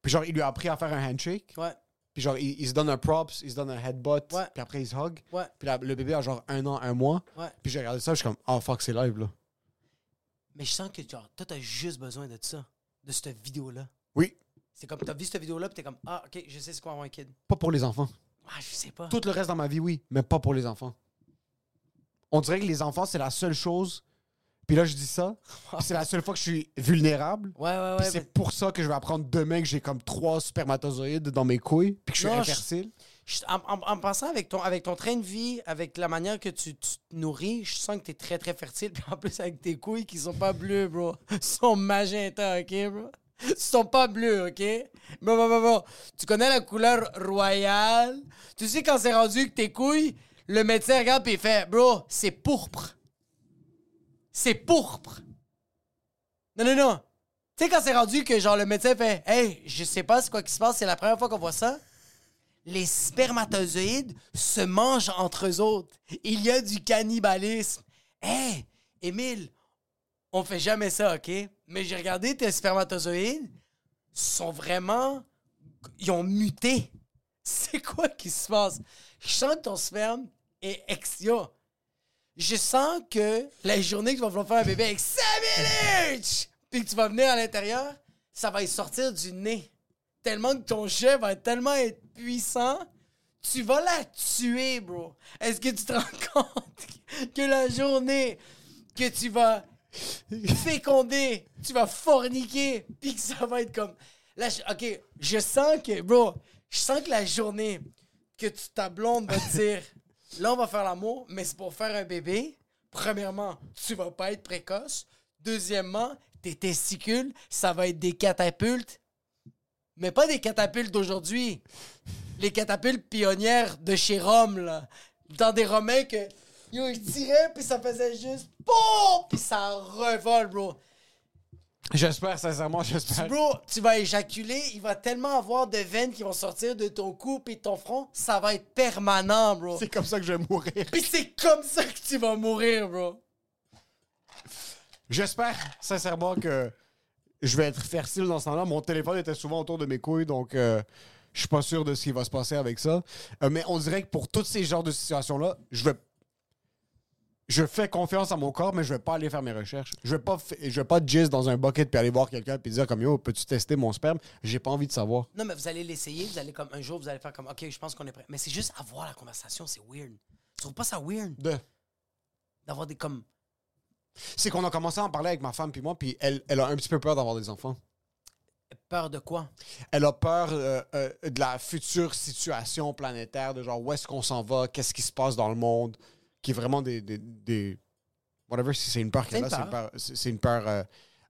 [SPEAKER 3] Puis genre, il lui a appris à faire un handshake.
[SPEAKER 2] Ouais.
[SPEAKER 3] Puis genre, il, il se donne un props, il se donne un headbutt,
[SPEAKER 2] Ouais.
[SPEAKER 3] puis après, il se hug.
[SPEAKER 2] Ouais.
[SPEAKER 3] Puis la- le bébé a genre un an, un mois.
[SPEAKER 2] Ouais.
[SPEAKER 3] Puis j'ai regardé ça, je suis comme, oh fuck, c'est live, là.
[SPEAKER 2] Mais je sens que genre, toi, t'as juste besoin de ça. De cette vidéo-là.
[SPEAKER 3] Oui,
[SPEAKER 2] C'est comme t'as vu cette vidéo-là, puis t'es comme Ah, ok, je sais c'est quoi avoir un kid.
[SPEAKER 3] pas pour les enfants.
[SPEAKER 2] Ah, je sais pas.
[SPEAKER 3] Tout le reste dans ma vie, oui, mais pas pour les enfants. On dirait que les enfants, c'est la seule chose. Puis là, je dis ça. puis c'est la seule fois que je suis vulnérable.
[SPEAKER 2] Ouais, ouais,
[SPEAKER 3] Puis
[SPEAKER 2] ouais.
[SPEAKER 3] c'est
[SPEAKER 2] mais-
[SPEAKER 3] pour ça que je vais apprendre demain que j'ai comme trois spermatozoïdes dans mes couilles. Puis que je suis
[SPEAKER 2] Non, je-
[SPEAKER 3] infertile.
[SPEAKER 2] Je- en, en- en passant avec ton, avec ton train de vie, avec la manière que tu, tu te nourris, je sens que t'es très très fertile. Puis en plus, avec tes couilles qui sont pas bleues, bro. sont magenta, ok, bro? sont pas bleus, ok? Bon, bon, bon, bon. Tu connais la couleur royale. Tu sais, quand c'est rendu que tes couilles, le médecin regarde et fait, bro, c'est pourpre. C'est pourpre. Non, non, non. Tu sais, quand c'est rendu que genre le médecin fait, hey, je sais pas c'est quoi qui se passe, c'est la première fois qu'on voit ça les spermatozoïdes se mangent entre eux autres. Il y a du cannibalisme. Hé, Émile, on fait jamais ça, OK? Mais j'ai regardé tes spermatozoïdes, sont vraiment... Ils ont muté. C'est quoi qui se passe? Je sens que ton sperme est exia. Je sens que la journée que tu vas vouloir faire un bébé avec Sammy Lynch, puis que tu vas venir à l'intérieur, ça va y sortir du nez tellement que ton chef va tellement être puissant, tu vas la tuer, bro. Est-ce que tu te rends compte que la journée que tu vas féconder, tu vas forniquer, puis que ça va être comme... Là, je- OK, je sens que, bro, je sens que la journée que tu, ta blonde va te dire, là, on va faire l'amour, mais c'est pour faire un bébé, premièrement, tu vas pas être précoce. Deuxièmement, tes testicules, ça va être des catapultes mais pas des catapultes d'aujourd'hui. Les catapultes pionnières de chez Rome, là. Dans des Romains que. Yo, ils tiraient, puis ça faisait juste. POUM! Puis ça revole, bro.
[SPEAKER 3] J'espère, sincèrement, j'espère.
[SPEAKER 2] Bro, tu vas éjaculer, il va tellement avoir de veines qui vont sortir de ton cou et de ton front, ça va être permanent, bro.
[SPEAKER 3] C'est comme ça que je vais mourir.
[SPEAKER 2] Puis c'est comme ça que tu vas mourir, bro.
[SPEAKER 3] J'espère, sincèrement, que je vais être fertile dans ce temps-là. Mon téléphone était souvent autour de mes couilles, donc euh, je suis pas sûr de ce qui va se passer avec ça. Euh, mais on dirait que pour tous ces genres de situations-là, je vais. je fais confiance à mon corps, mais je vais pas aller faire mes recherches. Je vais pas, fa- je vais pas jizz dans un bucket puis aller voir quelqu'un puis dire comme yo, peux-tu tester mon sperme J'ai pas envie de savoir.
[SPEAKER 2] Non, mais vous allez l'essayer, vous allez comme un jour, vous allez faire comme OK, je pense qu'on est prêt. Mais c'est juste avoir la conversation, c'est weird. Tu trouves pas ça weird
[SPEAKER 3] De-
[SPEAKER 2] d'avoir des comme.
[SPEAKER 3] C'est qu'on a commencé à en parler avec ma femme puis moi, puis elle, elle a un petit peu peur d'avoir des enfants.
[SPEAKER 2] Peur de quoi?
[SPEAKER 3] Elle a peur euh, euh, de la future situation planétaire, de genre où est-ce qu'on s'en va, qu'est-ce qui se passe dans le monde, qui est vraiment des. des, des- whatever, si c'est une peur
[SPEAKER 2] une
[SPEAKER 3] qu'elle a, c'est une
[SPEAKER 2] peur.
[SPEAKER 3] peur, c'est- c'est une peur euh,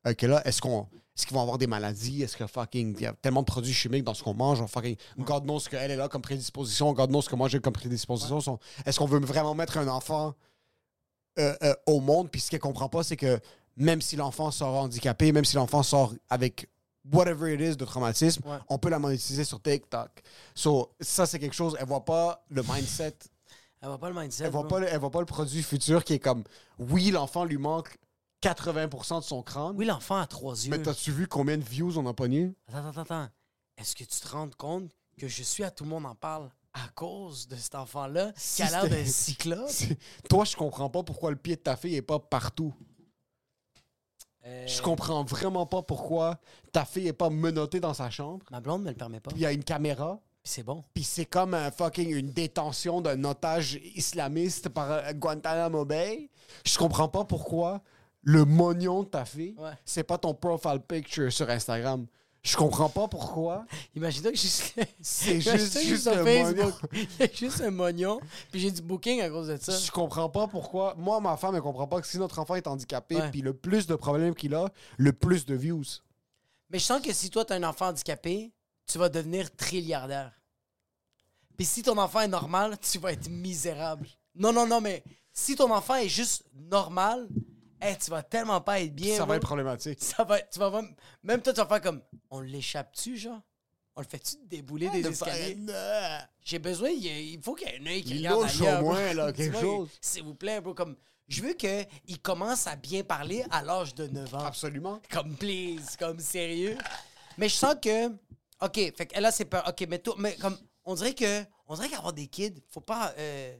[SPEAKER 3] euh, qu'elle a. Est-ce qu'on. Est-ce qu'ils vont avoir des maladies? Est-ce que fucking. Il y a tellement de produits chimiques dans ce qu'on mange. On fucking. God knows ce qu'elle est là comme prédisposition. God knows ce que moi j'ai comme prédisposition. Sont- Est-ce qu'on veut vraiment mettre un enfant euh, euh, au monde. Puis ce qu'elle comprend pas, c'est que même si l'enfant sort handicapé, même si l'enfant sort avec whatever it is de traumatisme,
[SPEAKER 2] Ouais.
[SPEAKER 3] on peut la monétiser sur TikTok. So, ça, c'est quelque chose, elle voit pas le mindset,
[SPEAKER 2] Elle voit pas le mindset.
[SPEAKER 3] elle voit
[SPEAKER 2] bro.
[SPEAKER 3] pas le, elle voit pas le produit futur qui est comme, oui, l'enfant lui manque 80% de son crâne,
[SPEAKER 2] Oui, l'enfant a trois yeux.
[SPEAKER 3] mais t'as-tu vu combien de views on a pogné?
[SPEAKER 2] Attends, attends, attends. Est-ce que tu te rends compte que je suis à tout le monde en parle à cause de cet enfant-là qui a l'air
[SPEAKER 3] c'était-
[SPEAKER 2] d'un cyclope?
[SPEAKER 3] C'est- Toi, je comprends pas pourquoi le pied de ta fille est pas partout.
[SPEAKER 2] Euh,
[SPEAKER 3] Je comprends vraiment pas pourquoi ta fille est pas menottée dans sa chambre.
[SPEAKER 2] Ma blonde me le permet pas.
[SPEAKER 3] Il y a une caméra.
[SPEAKER 2] Puis c'est bon.
[SPEAKER 3] Puis c'est comme un fucking une détention d'un otage islamiste par euh, Guantanamo Bay. Je comprends pas pourquoi le mognon de ta fille,
[SPEAKER 2] Ouais.
[SPEAKER 3] c'est pas ton profile picture sur Instagram. Je comprends pas pourquoi.
[SPEAKER 2] Imagine-toi que juste.
[SPEAKER 3] C'est
[SPEAKER 2] Imagine-toi
[SPEAKER 3] juste-
[SPEAKER 2] que
[SPEAKER 3] juste
[SPEAKER 2] sur
[SPEAKER 3] un
[SPEAKER 2] Facebook,
[SPEAKER 3] mognon.
[SPEAKER 2] Il y a juste un mognon. Puis j'ai du booking à cause de ça.
[SPEAKER 3] Je comprends pas pourquoi. Moi, ma femme, elle comprend pas que si notre enfant est handicapé,
[SPEAKER 2] Ouais.
[SPEAKER 3] puis le plus de problèmes qu'il a, le plus de views.
[SPEAKER 2] Mais je sens que si toi, t'as un enfant handicapé, tu vas devenir trilliardaire. Puis si ton enfant est normal, tu vas être misérable. Non, non, non, mais si ton enfant est juste normal, hey, tu vas tellement pas être bien.
[SPEAKER 3] ça
[SPEAKER 2] bro.
[SPEAKER 3] va être problématique.
[SPEAKER 2] Ça va être- tu vas vraiment- Même toi, tu vas faire comme. On l'échappe-tu, genre? On le fait-tu débouler des
[SPEAKER 3] de
[SPEAKER 2] escaliers? J'ai besoin, il, y a- il faut qu'il y ait un œil qui
[SPEAKER 3] Il
[SPEAKER 2] regarde
[SPEAKER 3] louche au
[SPEAKER 2] ailleurs, bro.
[SPEAKER 3] moins, là,
[SPEAKER 2] Tu
[SPEAKER 3] quelque
[SPEAKER 2] vois,
[SPEAKER 3] chose.
[SPEAKER 2] S'il vous plaît, bro, comme... Je veux qu'il commence à bien parler à l'âge de 9 ans.
[SPEAKER 3] Absolument.
[SPEAKER 2] Comme, please, comme sérieux. Mais je sens que... OK, fait que là, c'est peur. OK, mais, toi, mais comme... On dirait que... On dirait qu'avoir des kids, faut pas... euh,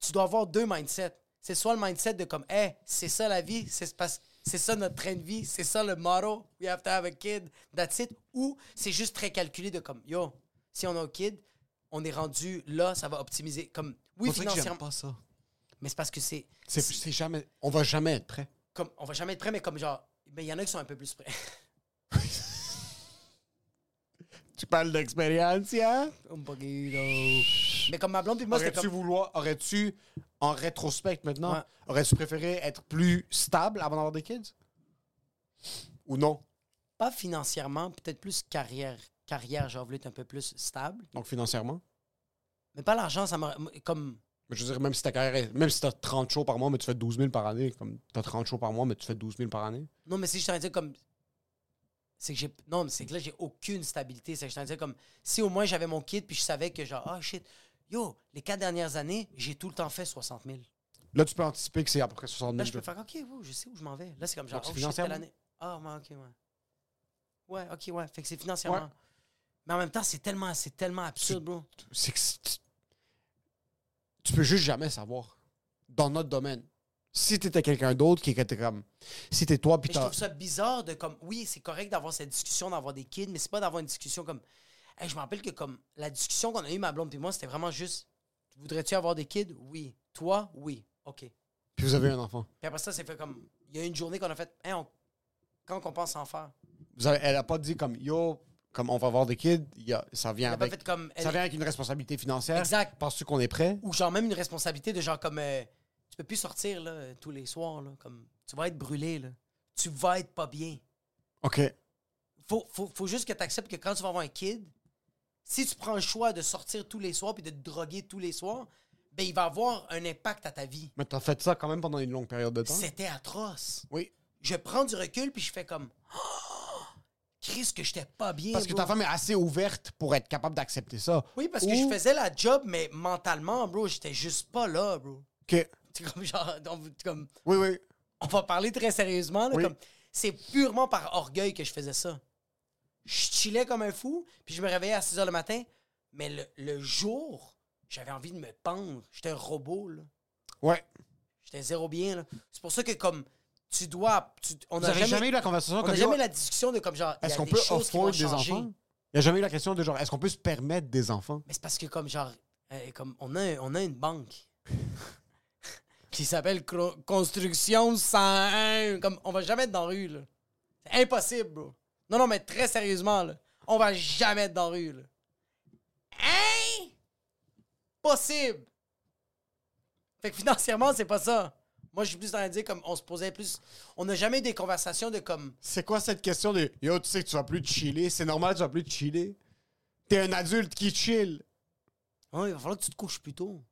[SPEAKER 2] tu dois avoir deux mindsets. C'est soit le mindset de comme, hey, c'est ça la vie, c'est parce- c'est ça notre train de vie, c'est ça le motto, we have to have a kid, that's it. Ou c'est juste très calculé de comme, yo, si on a un kid, on est rendu là, ça va optimiser. Comme, oui,
[SPEAKER 3] On dirait que j'aime
[SPEAKER 2] financièrement.
[SPEAKER 3] pas ça.
[SPEAKER 2] Mais c'est parce que c'est.
[SPEAKER 3] C'est- c'est jamais, on va jamais être prêt.
[SPEAKER 2] Comme, on va jamais être prêt, mais comme genre, mais il y en a qui sont un peu plus prêts.
[SPEAKER 3] Tu parles d'expérience, hein?
[SPEAKER 2] Un poquito. mais comme ma blonde, puis moi, c'était
[SPEAKER 3] Aurais-tu
[SPEAKER 2] comme.
[SPEAKER 3] vouloir, aurais-tu, en rétrospect maintenant,
[SPEAKER 2] Ouais.
[SPEAKER 3] aurais-tu préféré être plus stable avant d'avoir des kids? Ou non?
[SPEAKER 2] Pas financièrement, peut-être plus carrière. Carrière, genre, voulu être un peu plus stable.
[SPEAKER 3] Donc financièrement?
[SPEAKER 2] Mais pas l'argent, ça m'a. Comme.
[SPEAKER 3] Mais je veux dire, même si ta carrière est- même si t'as 30 shows par mois, mais tu fais 12 000 par année, comme t'as 30 shows par mois, mais tu fais 12 000 par année.
[SPEAKER 2] Non, mais si je t'en dire comme. C'est que j'ai. Non, mais c'est que là, j'ai aucune stabilité. C'est que je t'en dire comme. Si au moins j'avais mon kid, puis je savais que genre, ah shit, yo, les quatre dernières années, j'ai tout le temps fait 60 000.
[SPEAKER 3] Là, tu peux anticiper que c'est à peu près 60 000.
[SPEAKER 2] Là, je peux
[SPEAKER 3] de-
[SPEAKER 2] faire, OK, wow, je sais où je m'en vais. Là, c'est comme genre,
[SPEAKER 3] Donc, c'est
[SPEAKER 2] oh shit, telle
[SPEAKER 3] Bah, financièrement?
[SPEAKER 2] année. Ah, ouais, OK, ouais. Ouais, OK, ouais. Fait que c'est financièrement.
[SPEAKER 3] Ouais.
[SPEAKER 2] Mais en même temps, c'est tellement, c'est tellement absurde, bro.
[SPEAKER 3] c'est que c'est- tu- tu peux juste jamais savoir dans notre domaine. Si t'étais quelqu'un d'autre qui était comme. Si t'es toi, puis
[SPEAKER 2] Mais je
[SPEAKER 3] t'as.
[SPEAKER 2] trouve ça bizarre de comme. Oui, c'est correct d'avoir cette discussion, d'avoir des kids, mais c'est pas d'avoir une discussion comme. Hey, je me rappelle que comme la discussion qu'on a eue, ma blonde et moi, c'était vraiment juste Voudrais-tu avoir des kids Oui. Toi Oui. OK. Puis
[SPEAKER 3] Puis vous avez un enfant.
[SPEAKER 2] après ça, c'est fait comme. Il y a une journée qu'on a fait Hey, on- Quand qu'on pense en faire
[SPEAKER 3] Vous avez- elle n'a pas dit comme yo, comme on va avoir des kids, il y a- ça vient
[SPEAKER 2] Elle a pas
[SPEAKER 3] avec.
[SPEAKER 2] fait comme. elle-
[SPEAKER 3] Ça vient avec une responsabilité financière.
[SPEAKER 2] Exact.
[SPEAKER 3] Penses-tu qu'on est prêt?
[SPEAKER 2] Ou genre même une responsabilité de genre comme. euh, tu peux plus sortir là, euh, tous les soirs. Là, comme, tu vas être brûlé. Là. Tu vas être pas bien.
[SPEAKER 3] OK.
[SPEAKER 2] faut, faut, faut juste que tu acceptes que quand tu vas avoir un kid, si tu prends le choix de sortir tous les soirs puis de te droguer tous les soirs, ben il va avoir un impact à ta vie.
[SPEAKER 3] Mais t'as fait ça quand même pendant une longue période de temps.
[SPEAKER 2] C'était atroce.
[SPEAKER 3] Oui.
[SPEAKER 2] Je prends du recul puis je fais comme Oh! Chris que j'étais pas bien.
[SPEAKER 3] Parce que
[SPEAKER 2] bro.
[SPEAKER 3] ta femme est assez ouverte pour être capable d'accepter ça.
[SPEAKER 2] Oui, parce que
[SPEAKER 3] Ou-
[SPEAKER 2] je faisais la job mais mentalement, bro, j'étais juste pas là, bro.
[SPEAKER 3] OK.
[SPEAKER 2] C'est comme genre on, comme
[SPEAKER 3] Oui, oui.
[SPEAKER 2] on va parler très sérieusement là,
[SPEAKER 3] Oui.
[SPEAKER 2] comme c'est purement par orgueil que je faisais ça. je chillais comme un fou, puis je me réveillais à 6 h le matin. Mais le, le jour, j'avais envie de me pendre. J'étais un robot, là.
[SPEAKER 3] Ouais.
[SPEAKER 2] J'étais zéro bien, là. C'est pour ça que, comme, tu dois. tu- on
[SPEAKER 3] Vous
[SPEAKER 2] n'a
[SPEAKER 3] avez jamais eu la conversation
[SPEAKER 2] On
[SPEAKER 3] comme
[SPEAKER 2] n'a
[SPEAKER 3] yo,
[SPEAKER 2] jamais eu la discussion de, comme, genre. il y
[SPEAKER 3] Est-ce
[SPEAKER 2] a
[SPEAKER 3] qu'on
[SPEAKER 2] des
[SPEAKER 3] peut
[SPEAKER 2] choses qui vont
[SPEAKER 3] offrir des
[SPEAKER 2] changer.
[SPEAKER 3] enfants? Il n'y a jamais eu la question de genre, est-ce qu'on peut se permettre des enfants?
[SPEAKER 2] Mais c'est parce que, comme, genre, euh, comme on, a, on a une banque qui s'appelle Cro- Construction 101. Comme, on va jamais être dans la rue, là. C'est impossible, bro. Non, non, mais très sérieusement, là. On va jamais être dans la rue, là. Hein? Possible! Fait que financièrement, c'est pas ça. Moi, je suis plus en train de dire comme on se posait plus. On n'a jamais eu des conversations de comme.
[SPEAKER 3] C'est quoi cette question de Yo, tu sais que tu vas plus chiller, c'est normal, tu vas plus chiller. T'es un adulte qui chill.
[SPEAKER 2] Oh, il va falloir que tu te couches plus tôt.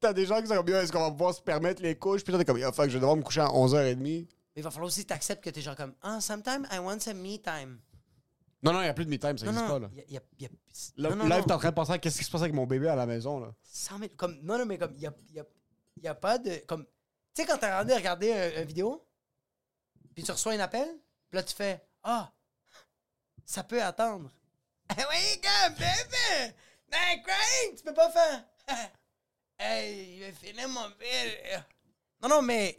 [SPEAKER 3] T'as des gens qui sont comme Yo, est-ce qu'on va pouvoir se permettre les couches? Puis là, t'es comme Yo, fuck, je vais devoir me coucher à 11h30.
[SPEAKER 2] Mais il va falloir aussi que tu acceptes que t'es genre comme. Ah, sometimes I want some me time.
[SPEAKER 3] Non, non, il n'y a plus de me time, ça
[SPEAKER 2] Non,
[SPEAKER 3] n'existe pas,
[SPEAKER 2] non.
[SPEAKER 3] là.
[SPEAKER 2] y a- y a- y a-
[SPEAKER 3] Là,
[SPEAKER 2] non, non,
[SPEAKER 3] là,
[SPEAKER 2] non.
[SPEAKER 3] t'es en train de penser à qu'est-ce qui se passe avec mon bébé à la maison, là.
[SPEAKER 2] 100 000 Comme, non, non, mais comme, il n'y a, y a- y a pas de. Comme, tu sais, quand t'es rendu à regarder un- une vidéo, puis tu reçois un appel, puis là, tu fais Ah, ça peut attendre. Ah oui, comme, bébé! Mais crying, tu peux pas faire. hey, je vais finir mon bill. Non, non, mais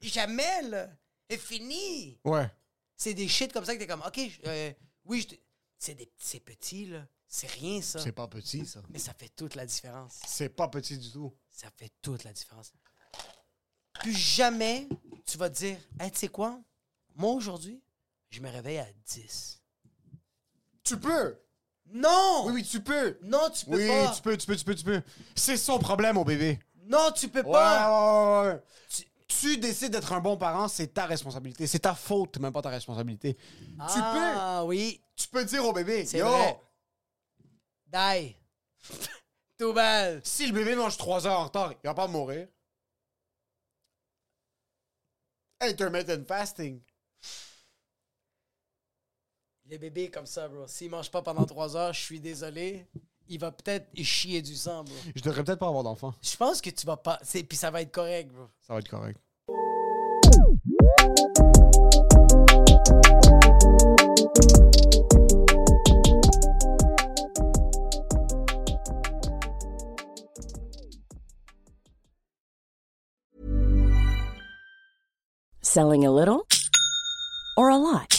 [SPEAKER 2] jamais, là. C'est fini.
[SPEAKER 3] Ouais.
[SPEAKER 2] C'est des shit comme ça que t'es comme, OK, je- euh, oui, je te- c'est des- c'est petit, là. C'est rien, ça.
[SPEAKER 3] C'est pas petit, ça.
[SPEAKER 2] Mais ça fait toute la différence.
[SPEAKER 3] C'est pas petit du tout.
[SPEAKER 2] Ça fait toute la différence. Plus jamais tu vas te dire, hey, tu sais quoi? Moi, aujourd'hui, je me réveille à 10.
[SPEAKER 3] Tu peux!
[SPEAKER 2] Non!
[SPEAKER 3] Oui, oui, tu peux!
[SPEAKER 2] Non, tu peux
[SPEAKER 3] Oui,
[SPEAKER 2] pas!
[SPEAKER 3] tu peux, tu peux, tu peux, tu peux. C'est son problème, mon bébé.
[SPEAKER 2] Non, tu peux
[SPEAKER 3] Ouais,
[SPEAKER 2] pas!
[SPEAKER 3] ouais, ouais, ouais. Tu, tu décides d'être un bon parent, c'est ta responsabilité. C'est ta faute, même pas ta responsabilité. Tu peux,
[SPEAKER 2] Ah oui,
[SPEAKER 3] tu peux dire au bébé,
[SPEAKER 2] c'est
[SPEAKER 3] yo,
[SPEAKER 2] vrai. Die! Tout bad!
[SPEAKER 3] si le bébé mange trois heures en retard, il va pas mourir. Intermittent fasting.
[SPEAKER 2] Les bébés comme ça, bro. S'il mange pas pendant 3 heures, je suis désolé. Il va peut-être chier du sang, bro.
[SPEAKER 3] Je devrais peut-être pas avoir d'enfant.
[SPEAKER 2] Je pense que tu vas pas. c'est- Puis ça va être correct, bro.
[SPEAKER 3] Ça va être correct.
[SPEAKER 4] Selling a little or a lot?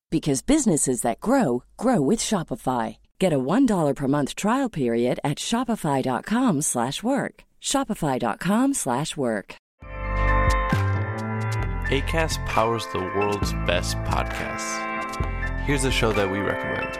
[SPEAKER 4] because businesses that grow grow with Shopify. Get a $1 per month trial period at shopify.com/work. slash work. shopify.com/work. slash work.
[SPEAKER 8] ACAST powers the world's best podcasts. Here's a show that we recommend.